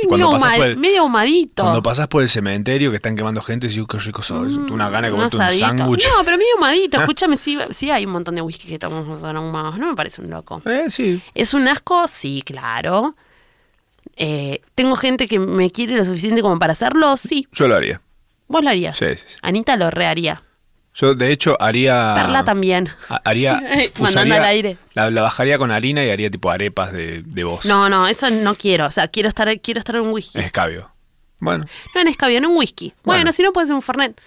Y Medio, cuando pasas ahuma- por el- medio ahumadito. Cuando pasas por el cementerio que están quemando gente, decís, "Uy, qué rico sabor. Una gana de comerte Mm, un Mm, asadito. sándwich. No, pero medio (laughs) humadito. Escúchame, sí, sí hay un montón de whisky que tomamos nosotros ahumados. No me parece un loco. Eh, sí. ¿Es un asco? Sí, claro. Eh, ¿Tengo gente que me quiere lo suficiente como para hacerlo? Sí. Yo lo haría. ¿Vos lo harías? Sí, sí, sí. Anita lo reharía. Yo, de hecho, haría. Perla también. ha- (laughs) Haría. Mandando al aire. La, la bajaría con harina y haría tipo arepas de, de voz. No, no, eso no quiero. O sea, quiero estar, quiero estar en un whisky. Escabio. Bueno. No en escabio, en un whisky. Eh. Bueno, Bueno. si no, puede ser un (laughs) Fernet.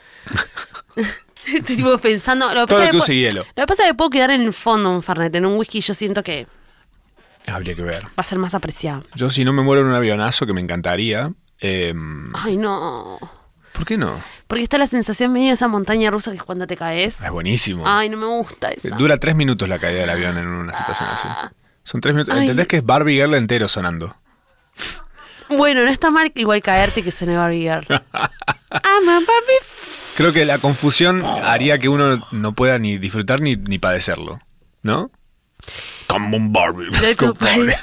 Estoy tipo pensando. Lo que Todo pasa lo que po- use hielo. Lo que pasa es que puedo quedar en el fondo un Fernet. En un whisky yo siento que Habría que ver. va a ser más apreciado. Yo si no me muero en un avionazo, que me encantaría. eh, Ay, no. ¿Por qué no? Porque está la sensación medio de esa montaña rusa que es cuando te caes. Es buenísimo. Eh, Ay, no me gusta esa. Dura tres minutos la caída del avión en una situación así. Son tres minutos. Ay. ¿Entendés que es Barbie Girl entero sonando? Bueno, no está mal igual caerte que suene Barbie (laughs) Girl. I'm a Barbie f- Creo que la confusión haría que uno no pueda ni disfrutar ni, ni padecerlo. ¿No? Como un Barbie. De (laughs) Como hecho, pues, un Barbie.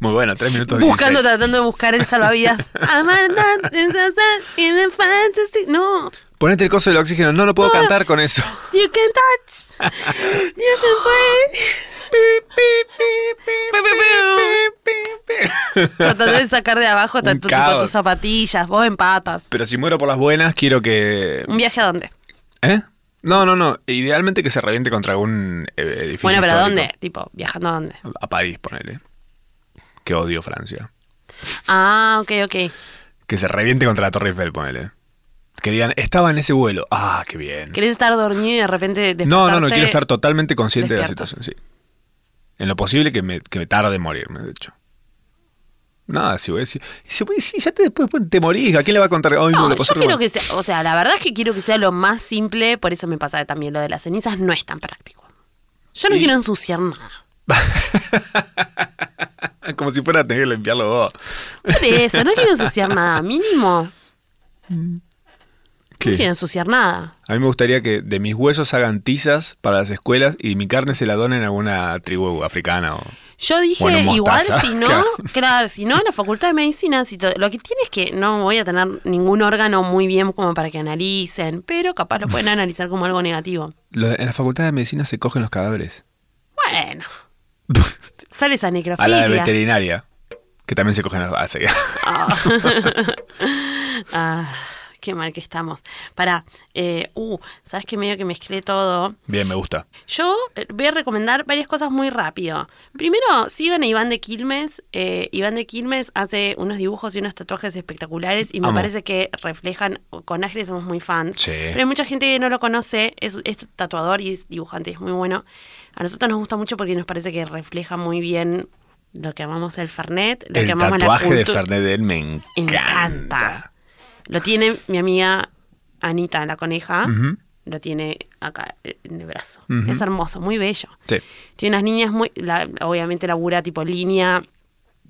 Muy bueno, tres minutos (laughs) Buscando, 16. tratando de buscar el (laughs) salvavidas. I'm a not- in a fantasy- No. Ponete el coso del oxígeno. No, no puedo Ah. cantar (laughs) con eso. You can touch. You can play. Tratando de sacar de abajo tanto tipo caos. tus zapatillas, vos en patas. Pero si muero por las buenas, quiero que... ¿Un viaje a dónde? ¿Eh? No, no, no. Idealmente que se reviente contra algún eh, edificio Bueno, pero ¿a histórico. dónde? Tipo, viajando a dónde. A París, ponele. Que odio Francia. Ah, ok, ok. Que se reviente contra la Torre Eiffel, ponele. Que digan, estaba en ese vuelo. Ah, qué bien. ¿Querés estar dormido y de repente despertarte? No, no, no, quiero estar totalmente consciente de la despierto. situación, sí. En lo posible que me, que me tarde en morirme, de hecho. Nada, si voy a decir. Si, voy a decir, ya te, después te morís. ¿A quién le va a contar? Ay, No, no, le yo pasó re quiero mal. que sea, o sea, la verdad es que quiero que sea lo más simple, por eso me pasa también lo de las cenizas, no es tan práctico. Yo no Y- quiero ensuciar nada. (laughs) Como si fuera a tener que limpiarlo vos. Por eso, no quiero ensuciar nada, mínimo. No quiero ¿Qué? ensuciar nada. A mí me gustaría que de mis huesos hagan tizas para las escuelas y mi carne se la donen a alguna tribu africana. O... Yo dije, Bueno, igual mostaza, si no, claro. (laughs) claro. si no, en la facultad de medicina, si to- lo que tiene es que no voy a tener ningún órgano muy bien como para que analicen, pero capaz lo pueden analizar como algo negativo. Lo de- en la facultad de medicina se cogen los cadáveres. (laughs) Bueno, sale esa a la de necrofilia. veterinaria. Que también se cogen los. Ah, sí. (laughs) Ah. Ah, qué mal que estamos. Pará, eh, uh, sabes que medio que mezclé todo. Bien, me gusta. Yo eh, voy a recomendar varias cosas muy rápido. Primero, sigan a Iván de Quilmes. Eh, Iván de Quilmes hace unos dibujos y unos tatuajes espectaculares y me Amo. parece que reflejan, con Ángel somos muy fans. Sí. Pero hay mucha gente que no lo conoce, es, es tatuador y es dibujante, es muy bueno. A nosotros nos gusta mucho porque nos parece que refleja muy bien lo que amamos el Fernet, lo que El amamos tatuaje la de cultu- Fernet de él me y Me encanta. Lo tiene mi amiga Anita, la coneja. Ujú. Lo tiene acá eh, en el brazo. Ujú. Es hermoso, muy bello. Sí. Tiene unas niñas muy. la- obviamente labura tipo línea,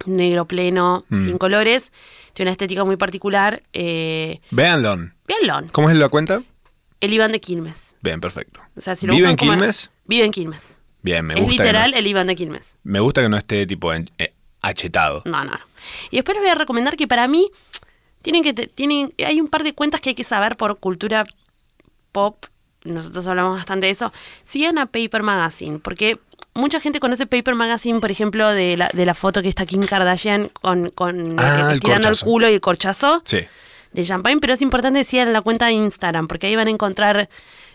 negro pleno, Mm. sin colores. Tiene una estética muy particular. Eh, Véanlo. véanlo. ¿Cómo es la cuenta? El Iván de Quilmes. Bien, perfecto. O sea, si lo ¿Vive buscan en como- Quilmes? Vive en Quilmes. Bien, me es gusta. que no- literal el Iván de Quilmes. me gusta que no esté tipo en- eh, achetado. No, no, no. Y después les voy a recomendar que para mí tienen que te- tienen hay un par de cuentas que hay que saber por cultura pop. Nosotros hablamos bastante de eso. Sigan a Paper Magazine, porque mucha gente conoce Paper Magazine, por ejemplo, de la, de la foto que está Kim Kardashian con, con la que- Ah, el estirando el corchazo. culo y el corchazo Sí. de champagne, pero es importante decir en la cuenta de Instagram, porque ahí van a encontrar.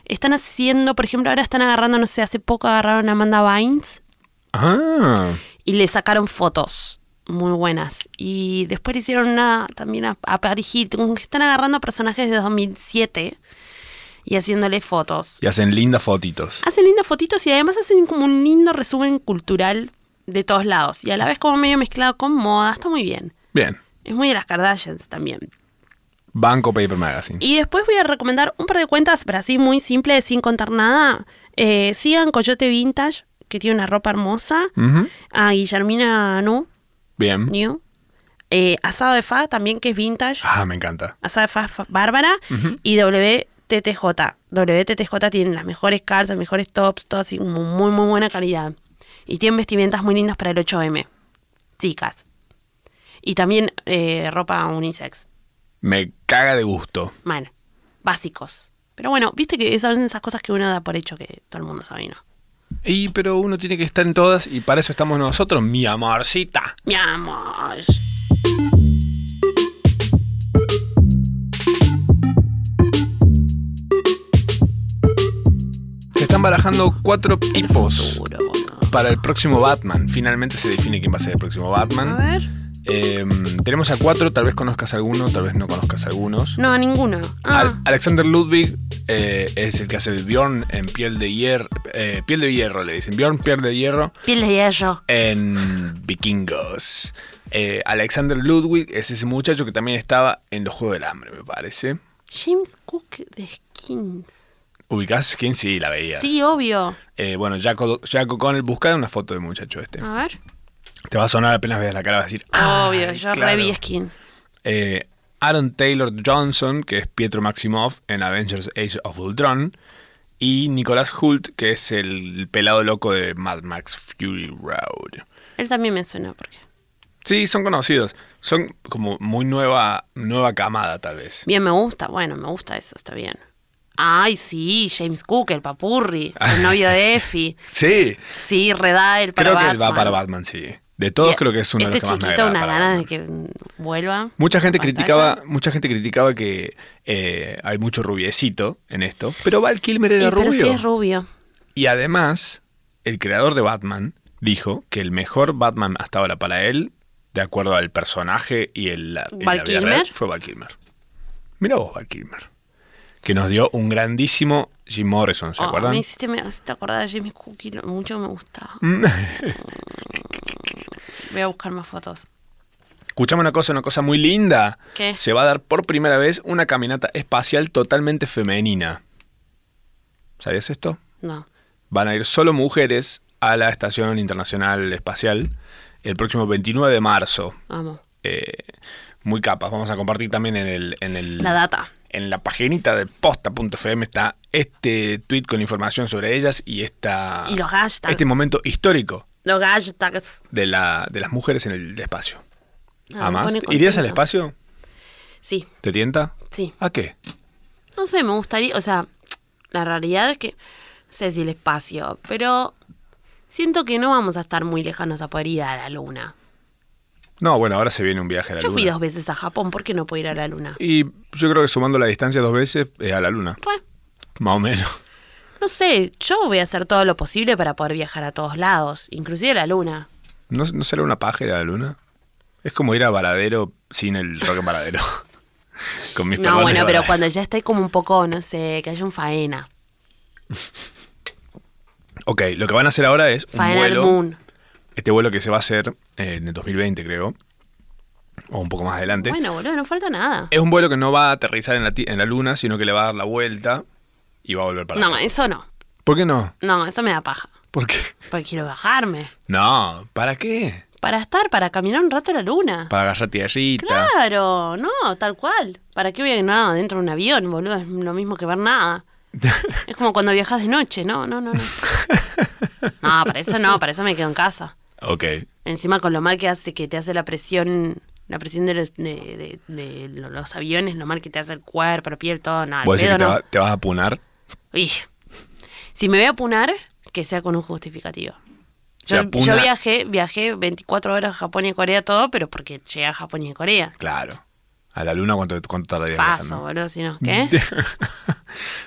Están haciendo, por ejemplo, ahora están agarrando, no sé, hace poco agarraron a Amanda Bynes Ah, y le sacaron fotos muy buenas. Y después le hicieron una también a, a Paris Hilton, como que están agarrando personajes de 2007 y haciéndole fotos. y hacen lindas fotitos. Hacen lindas fotitos y además hacen como un lindo resumen cultural de todos lados. Y a la vez como medio mezclado con moda, está muy bien. Bien. Es muy de las Kardashians también. Banco Paper Magazine. Y después voy a recomendar un par de cuentas, pero así muy simple, sin contar nada. Eh, sigan Coyote Vintage, que tiene una ropa hermosa. Ujú. A Guillermina Nu, Bien. New. Eh, asado de Fa también, que es vintage. Ah, me encanta. Asado de Fa, Fa- Bárbara. Y WTTJ. WTTJ tienen las mejores calzas, mejores tops, todo así como muy, muy buena calidad. Y tienen vestimentas muy lindas para el 8M. Chicas. Y también eh, ropa unisex. Me caga de gusto. Bueno, básicos. Pero bueno, viste que son esas cosas que uno da por hecho que todo el mundo sabe, ¿no? Y pero uno tiene que estar en todas y para eso estamos nosotros, mi amorcita. Mi amor. Se están barajando cuatro el tipos futuro, boludo. para el próximo Batman. Finalmente se define quién va a ser el próximo A Batman. ver. Eh, tenemos a cuatro, tal vez conozcas alguno, tal vez no conozcas algunos. No, ninguno. Ah. Al- Alexander Ludwig eh, es el que hace de Bjorn en piel de hierro, piel de hierro le dicen, Bjorn piel de hierro Piel de hierro. en Vikingos. Eh, Alexander Ludwig es ese muchacho que también estaba en los Juegos del Hambre, me parece. James Cook de Skins. ¿Ubicás quién? Sí, la veías. Sí, obvio. Eh, bueno, Jaco, Jaco Connell, busca una foto del muchacho este. A ver. Te va a sonar apenas veas la cara, vas a decir. "Ah, obvio, yo re claro". vi Skins. Eh, Aaron Taylor Johnson, que es Pietro Maximoff en Avengers Age of Ultron. Y Nicolas Hult, que es el pelado loco de Mad Max Fury Road. Él también me suena porque. Sí, son conocidos. Son como muy nueva, nueva camada, tal vez. Bien, me gusta. Bueno, me gusta eso, está bien. Ay, sí, James Cook, el papurri, el novio (laughs) de Effie. Sí, Sí, reda el para creo que él va Batman. para Batman, sí. De todos Y creo que es uno de este los que más me chiquito, agrada una para gana de Batman. que mm, vuelva. Mucha gente a la criticaba, pantalla. mucha gente criticaba que eh, hay mucho rubiecito en esto, pero Val Kilmer Y, era pero rubio. sí es rubio. Y además, el creador de Batman dijo que el mejor Batman hasta ahora para él, de acuerdo al personaje y el la- y ¿Val la vida Kilmer? real, fue Val Kilmer. Mira vos, Val Kilmer. Que nos dio un grandísimo Jim Morrison, ¿se Oh, acuerdan? Me hiciste, me hiciste acordar de James Cook y lo- (laughs) mucho me gustaba. Mm. Voy a buscar más fotos. Escuchame una cosa, una cosa muy linda. ¿Qué? Se va a dar por primera vez una caminata espacial totalmente femenina. ¿Sabías esto? No. Van a ir solo mujeres a la Estación Internacional Espacial el próximo 29 de marzo. Vamos. Eh, muy capas. Vamos a compartir también en el... En el La data. en la paginita de posta.fm está este tweet con información sobre ellas y esta Y los hashtags. este momento histórico Los hashtags. de, la, de las mujeres en el espacio. Ah, me Además, pone contenta. ¿irías al espacio? Sí, ¿Te tienta? sí. ¿A qué? No sé, me gustaría. O sea, la realidad es que. No sé si el espacio, pero. Siento que no vamos a estar muy lejanos a poder ir a la luna. No, bueno, ahora se viene un viaje a la Yo luna. fui dos veces a Japón, ¿por qué no puedo ir a la luna? Y yo creo que sumando la distancia dos veces eh, a la luna, Re, más o menos. (laughs) No sé, yo voy a hacer todo lo posible para poder viajar a todos lados, inclusive a la luna. ¿No, no será una paja ir a la luna? Es como ir a Varadero sin el rock en Varadero. (laughs) Con mis No, perdones, (laughs) bueno, pero Varadero. cuando ya esté como un poco, no sé, que haya un faena. Ok, lo que van a hacer ahora es un Faena al vuelo. moon. Este vuelo que se va a hacer eh, en el 2020, creo. O un poco más adelante. Bueno, boludo, no falta nada. Es un vuelo que no va a aterrizar en la, ti- en la luna, sino que le va a dar la vuelta y va a volver para No, acá. eso no. ¿Por qué no? No, eso me da paja. ¿Por qué? Porque quiero bajarme. No, ¿para qué? Para estar, para caminar un rato a la luna. Para agarrar tierrita. Claro, no, tal cual. ¿Para qué voy a no, dentro de un avión, boludo? Es lo mismo que ver nada. Es como cuando viajas de noche, no, no, no, no. No, para eso no, para eso me quedo en casa. (laughs) ok. Encima con lo mal que hace que te hace la presión, la presión de los, de, de- de lo- los aviones, lo mal que te hace el cuerpo, la piel, todo, nada. ¿Vos decís que te, no. va- te vas a apunar? Uy. Si me voy a apunar, que sea con un justificativo. Se Yo, apuna- yo viajé, viajé 24 horas a Japón y a Corea, todo, pero porque llegué a Japón y a Corea. Claro. ¿A la luna cuánto, cuánto tardarías Paso, viajando? boludo, si (laughs) no, ¿qué?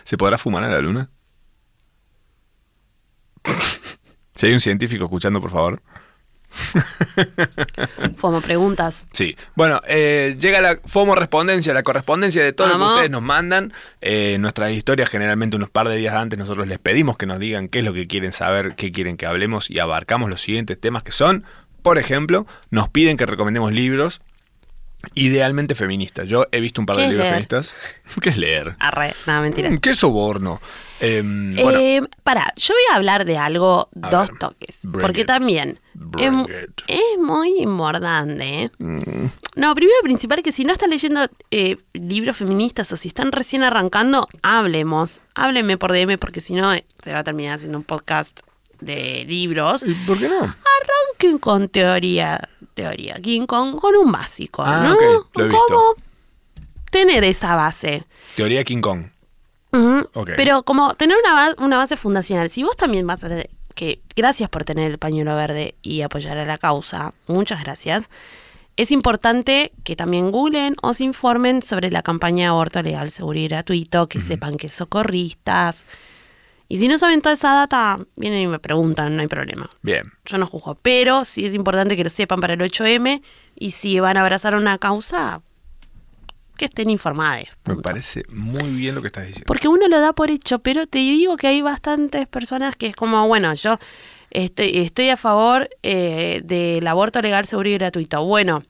¿Se podrá fumar a la luna? (laughs) si hay un científico escuchando, por favor. Como preguntas. Sí. Bueno, eh, llega la FOMO respondencia, la correspondencia de todo lo que Vamos. ustedes nos mandan. Eh, nuestras historias, generalmente unos par de días antes, nosotros les pedimos que nos digan qué es lo que quieren saber, qué quieren que hablemos y abarcamos los siguientes temas que son, por ejemplo, nos piden que recomendemos libros idealmente feministas. Yo he visto un par de ¿Qué es libros leer? feministas. (laughs) ¿Qué es leer? Arre, nada, mentira. Mm, ¿Qué soborno? Eh, bueno, Eh, pará, yo voy a hablar de algo dos ver. toques. Bring porque it. también es, Bring it. Mm. es muy importante. ¿eh? No, primero y principal que si no están leyendo eh, libros feministas o si están recién arrancando, hablemos. Háblenme por DM porque si no eh, se va a terminar haciendo un podcast de libros. ¿y ¿Por qué no? ah. Arranquen con teoría, teoría King Kong, con un básico, Ah, ¿no? ok, lo he visto. ¿Cómo tener esa base? Teoría King Kong. Ujú. Ok. Pero como tener una, ba- una base fundacional, si vos también vas a tener que gracias por tener el pañuelo verde y apoyar a la causa, muchas gracias. Es importante que también googlen o se informen sobre la campaña de aborto legal, seguro y gratuito, que sepan que socorristas. Y si no saben toda esa data, vienen y me preguntan, no hay problema. Bien. Yo no juzgo, pero sí es importante que lo sepan para el 8M y si van a abrazar una causa, que estén informados. Me parece muy bien lo que estás diciendo. Porque uno lo da por hecho, pero te digo que hay bastantes personas que es como, bueno, yo estoy, estoy a favor eh, del aborto legal, seguro y gratuito. Bueno,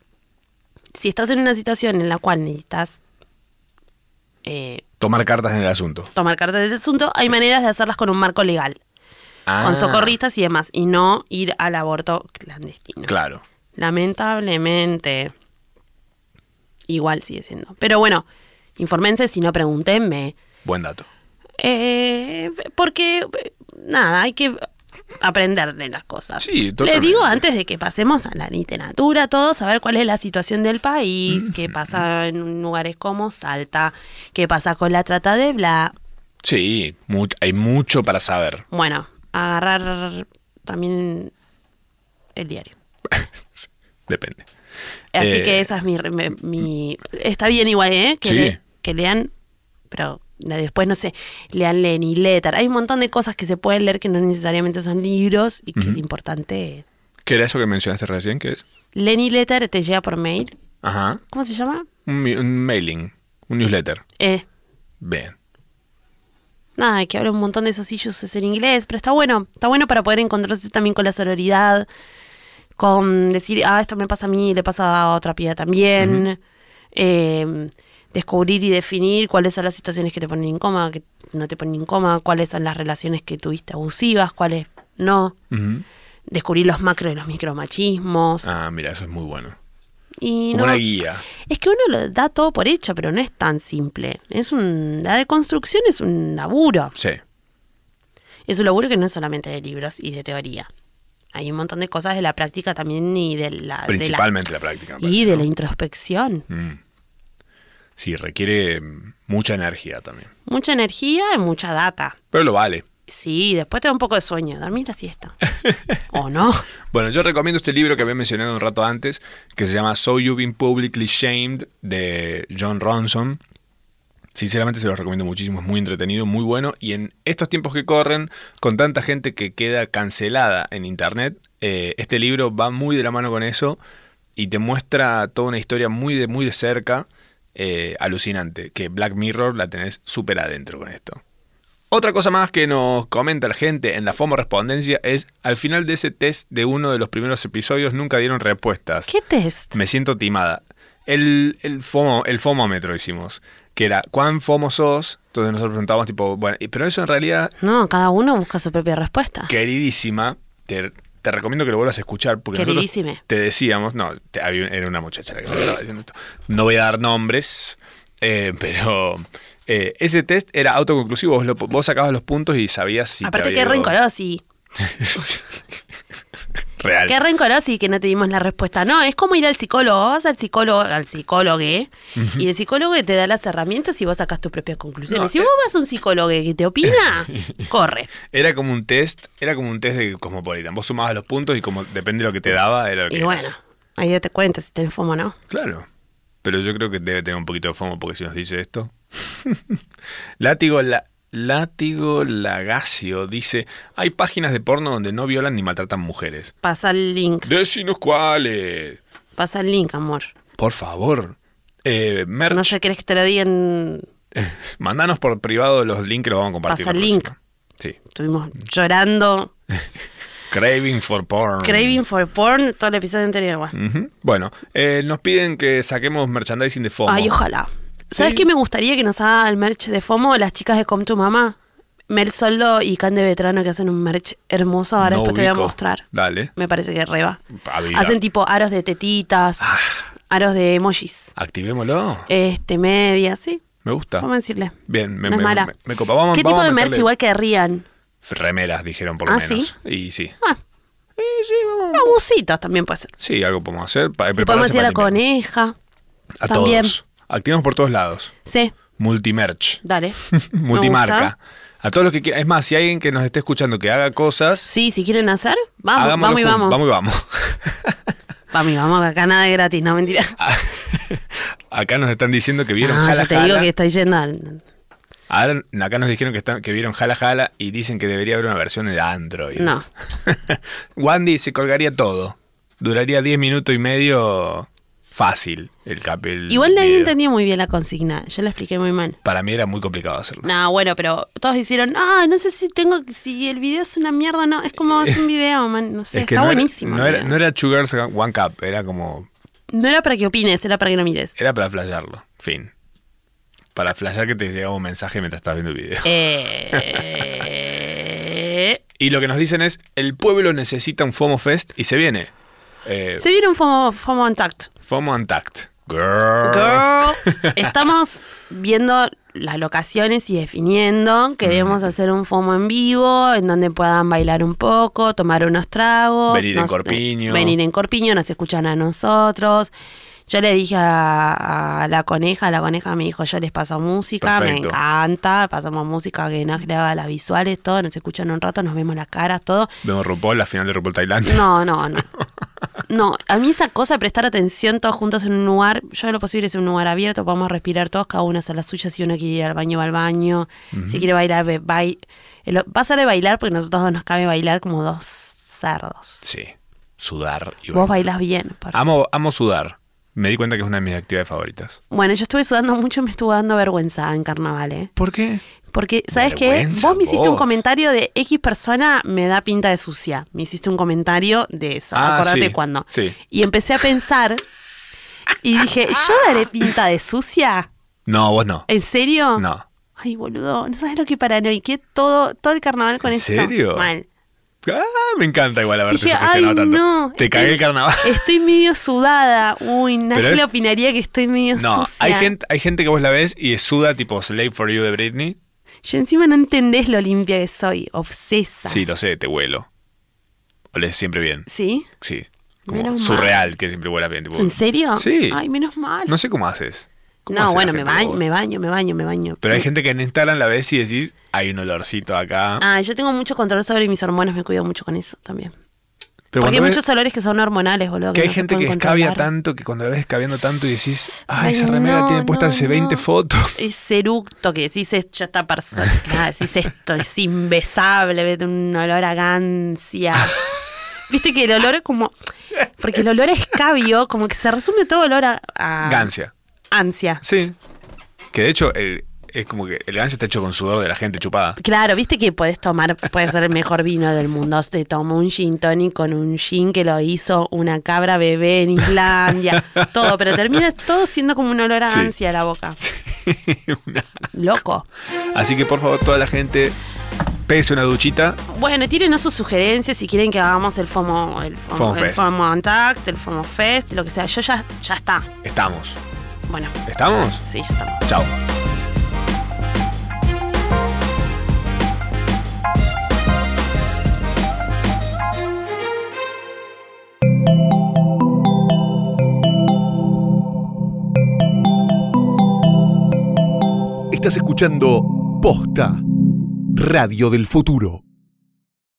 si estás en una situación en la cual necesitas eh, Tomar cartas en el asunto. tomar cartas del asunto, hay maneras de hacerlas con un marco legal, Ah, con socorristas y demás, y no ir al aborto clandestino. Claro. Lamentablemente. Igual sigue siendo. Pero bueno, infórmense, si no pregúntenme. Buen dato. Eh, porque, eh, nada, hay que aprender de las cosas. Sí, Le totalmente. digo antes de que pasemos a la literatura, todo, saber cuál es la situación del país, qué pasa en lugares como Salta, qué pasa con la trata de bla. Sí, mu- hay mucho para saber. (laughs) Bueno, agarrar también el diario. Depende. Así Eh, que esa es mi, mi- mi- Está bien igual, ¿eh? Que, Sí. le- que lean, pero la- después, no sé, lean Lenny Letter. Hay un montón de cosas que se pueden leer que no necesariamente son libros y que es importante. ¿Qué era eso que mencionaste recién? ¿Qué es? Lenny Letter te llega por mail. Ajá. ¿Cómo se llama? Un, mi- un mailing, un newsletter. Eh, Bien. nada, que habla un montón de esos issues en inglés, pero está bueno. Está bueno para poder encontrarse también con la sororidad, con decir, ah, esto me pasa a mí, le pasa a otra piba también. Eh, descubrir y definir cuáles son las situaciones que te ponen en coma, que no te ponen en coma, cuáles son las relaciones que tuviste abusivas, cuáles no. Ujú. Descubrir los macro y los micromachismos. Ah, mira, eso es muy bueno. y Como no, una guía. es que uno lo da todo por hecho, pero no es tan simple. Es un, la deconstrucción es un laburo. Sí. Es un laburo que no es solamente de libros y de teoría. Hay un montón de cosas de la práctica también y de la... de la- Principalmente la, práctica. me y parece, de ¿no? la introspección. Mm. Sí, requiere mm, mucha energía también. Mucha energía y mucha data. Pero lo vale. Sí, después te da un poco de sueño, dormir la (laughs) siesta. ¿O no? Bueno, yo recomiendo este libro que había mencionado un rato antes, que se llama So You've Been Publicly Shamed, de John Ronson. Sinceramente se los recomiendo muchísimo, es muy entretenido, muy bueno. Y en estos tiempos que corren, con tanta gente que queda cancelada en Internet, eh, este libro va muy de la mano con eso y te muestra toda una historia muy de, muy de cerca, eh, alucinante, que Black Mirror la tenés súper adentro con esto. Otra cosa más que nos comenta la gente en la FOMO Respondencia es, al final de ese test de uno de los primeros episodios nunca dieron respuestas. ¿Qué test? Me siento timada. El, el, FOMO, el FOMOmetro hicimos, que era cuán FOMO sos. Entonces nosotros preguntábamos, tipo, bueno, y- pero eso en realidad, No, cada uno busca su propia respuesta. queridísima, te, te recomiendo que lo vuelvas a escuchar. Porque nosotros Queridísime. te decíamos, no, te- había- era una muchacha la que nos estaba diciendo esto. No voy a dar nombres, eh, pero eh, ese test era autoconclusivo. Vos, lo- vos sacabas los puntos y sabías si. te Aparte ¿eh? había que ido- rencorosi. (laughs) Sí. Real. Qué rencorosi que no te dimos la respuesta. No, es como ir al psicólogo. Vas al psicólogo, al psicólogo, ¿eh? y el psicólogo te da las herramientas y vos sacas tus propias conclusiones. No, eh. si vos vas a un psicólogo que te (laughs) opina, corre. Era como un test, era como un test de Cosmopolitan. Vos sumabas los puntos y como depende de lo que te daba, era lo que Y bueno, eras. ahí ya te cuentas si tenés fomo o no. Claro. Pero yo creo que debe tener un poquito de fomo porque si nos dice esto. (laughs) Látigo la Látigo Lagacio dice, hay páginas de porno donde no violan ni maltratan mujeres. Pasa el link, Decinos cuáles. pasa el link, amor. Por favor. Eh, merch, No sé, ¿querés que te lo digan? mandanos por privado los links que los vamos a compartir. Pasa la el link. próxima. Sí. Estuvimos llorando. Craving for porn. Craving for porn, todo el episodio anterior. Bueno. Ujú. Bueno, eh, nos piden que saquemos merchandising de FOMO. Ay, ojalá. ¿Sabes Sí. qué me gustaría que nos haga el merch de FOMO las chicas de Com Tu Mamá? Mel Soldo y Cande Vetrano que hacen un merch hermoso. Ahora No después te voy a ubico. mostrar. Dale. Me parece que reba. Habida. Hacen tipo aros de tetitas, Ah. aros de emojis, Activémoslo. este, medias, sí. Me gusta. Vamos a decirle. Bien, me, No es me- mala. me- me copa. Vamos, ¿Qué vamos tipo a de merch meterle igual querrían? Remeras, dijeron por lo ¿Ah, menos. Y sí. Ah, Sí, sí, vamos. abusitos también puede ser. Sí, algo podemos hacer. para Le podemos prepararse decir a la para limpiar. coneja. A también. todos. Activamos por todos lados. Sí, Multimerch. (laughs) dale. Me gusta. Multimarca. A todos los que quieran. Es más, si hay alguien que nos esté escuchando que haga cosas, Sí, si quieren hacer, vamos, hagámoslo vamos y juntos. vamos. Vamos y vamos. (laughs) Ah, Vamos y vamos, que acá nada es gratis, no mentira. Acá nos están diciendo que vieron Ah, jala, ya te digo jala. que estoy yendo al- Ahora, acá nos dijeron que, están, que vieron Jala Jala y dicen que debería haber una versión de Android. (laughs) No. Wandy se colgaría todo. Duraría 10 minutos y medio fácil el capel. Igual nadie entendió muy bien la consigna, yo la expliqué muy mal. Para mí era muy complicado hacerlo. No, bueno, pero todos hicieron, ah, no sé si tengo, si el video es una mierda o no, es como es un video, man, no sé, está Eh, no era- buenísimo. no el Era, video. no era Two Girls One Cup, era como. No era para que opines, era para que lo mires. Era para flashearlo. Fin. Para flashear que te llegaba un mensaje mientras estás viendo el video. (laughs) Eh... Y lo que nos dicen es: el pueblo necesita un FOMO Fest y se viene. Eh, Se viene un FOMO, FOMO Untucked. FOMO Untact. Girl. (laughs) Girl, estamos viendo las locaciones y definiendo. Queremos Mm. hacer un FOMO en vivo en donde puedan bailar un poco, tomar unos tragos. Venir en Corpiño. Venir en Corpiño, nos escuchan a nosotros. Yo le dije a, a la coneja, la coneja me dijo, yo les paso música, me Perfecto. encanta, pasamos música que nos graba las visuales, todo, nos escuchan un rato, nos vemos las caras, todo. Vemos RuPaul, la final de RuPaul Tailandia. No, no, no. No, a mí esa cosa de prestar atención todos juntos en un lugar, yo en lo posible es en un lugar abierto, podemos respirar todos, cada uno hace la suya, si uno quiere ir al baño, va al baño, si quiere bailar, ve- bai- el- va a ser de bailar porque nosotros dos nos cabe bailar como dos cerdos. Sí. Sudar. Y Vos bailar. bailás bien. por- amo, amo sudar. Me di cuenta que es una de mis actividades favoritas. Bueno, yo estuve sudando mucho y me estuvo dando vergüenza en carnaval, ¿eh? ¿Por qué? Porque, ¿sabes qué? Vergüenza, Vos me hiciste un vos. comentario de X persona me da pinta de sucia. Me hiciste un comentario de eso. Ah, Acordate sí, cuándo. sí. Y empecé a pensar y dije, ¿yo daré pinta de sucia? No, vos no. ¿En serio? No. Ay, boludo, no sabes lo que paranoiqué todo, todo el carnaval con ¿En eso. serio? Mal. Ah, me encanta igual haberte Dije, ay, sugestionado tanto. no. Te estoy- cagué el carnaval. (laughs) Estoy medio sudada. Uy, nadie es- le opinaría que estoy medio No, sucia. hay gente, hay gente que vos la ves y suda tipo Slave for You de Britney. Yo encima no entendés lo limpia que soy. Obsesa. Sí, lo sé, te huelo. Olés siempre bien. ¿Sí? Sí. Como Menos mal. surreal que siempre huela bien. tipo- ¿En serio? Sí. Ay, menos mal. No sé cómo haces. ¿Cómo No, hace la bueno, me gente baño, vos? me baño, me baño, me baño. Pero hay gente que en Instagram la ves y decís, hay un olorcito acá. Ah, yo tengo mucho control sobre mis hormonas, me cuido mucho con eso también. Porque Pero cuando hay ves muchos olores que son hormonales, boludo. que hay no se gente que pueden escabia controlar. tanto que cuando la ves escabiando tanto y decís, ay, Ay, esa remera no, tiene puesta no, hace 20 no. fotos. Ese eructo que decís, es- ya está persona, claro, decís esto, es imbesable, vete un olor a (laughs) gancia. Viste que el olor es como. Porque el olor a escabio, como que se resume todo olor a. a- (laughs) Gancia. Ansia. Sí. Que de hecho el- es como que el gancia está hecho con sudor de la gente chupada. (laughs) Claro, viste que podés tomar, puede ser el mejor vino del mundo. Te tomó un gin tonic con un gin que lo hizo una cabra bebé en (laughs) Islandia, todo, pero termina todo siendo como un olor a Sí. ansia a la boca. Una- Loco. Así que por favor, toda la gente, pese una duchita. Bueno, tírenos sus sugerencias si quieren que hagamos el FOMO, el FOMO, FOMO el Fest. FOMO Untact, el FOMO Fest, lo que sea. Yo ya, ya está. Estamos. Bueno, ¿Estamos? sí, ya está. Chao. Estás escuchando Posta Radio del Futuro.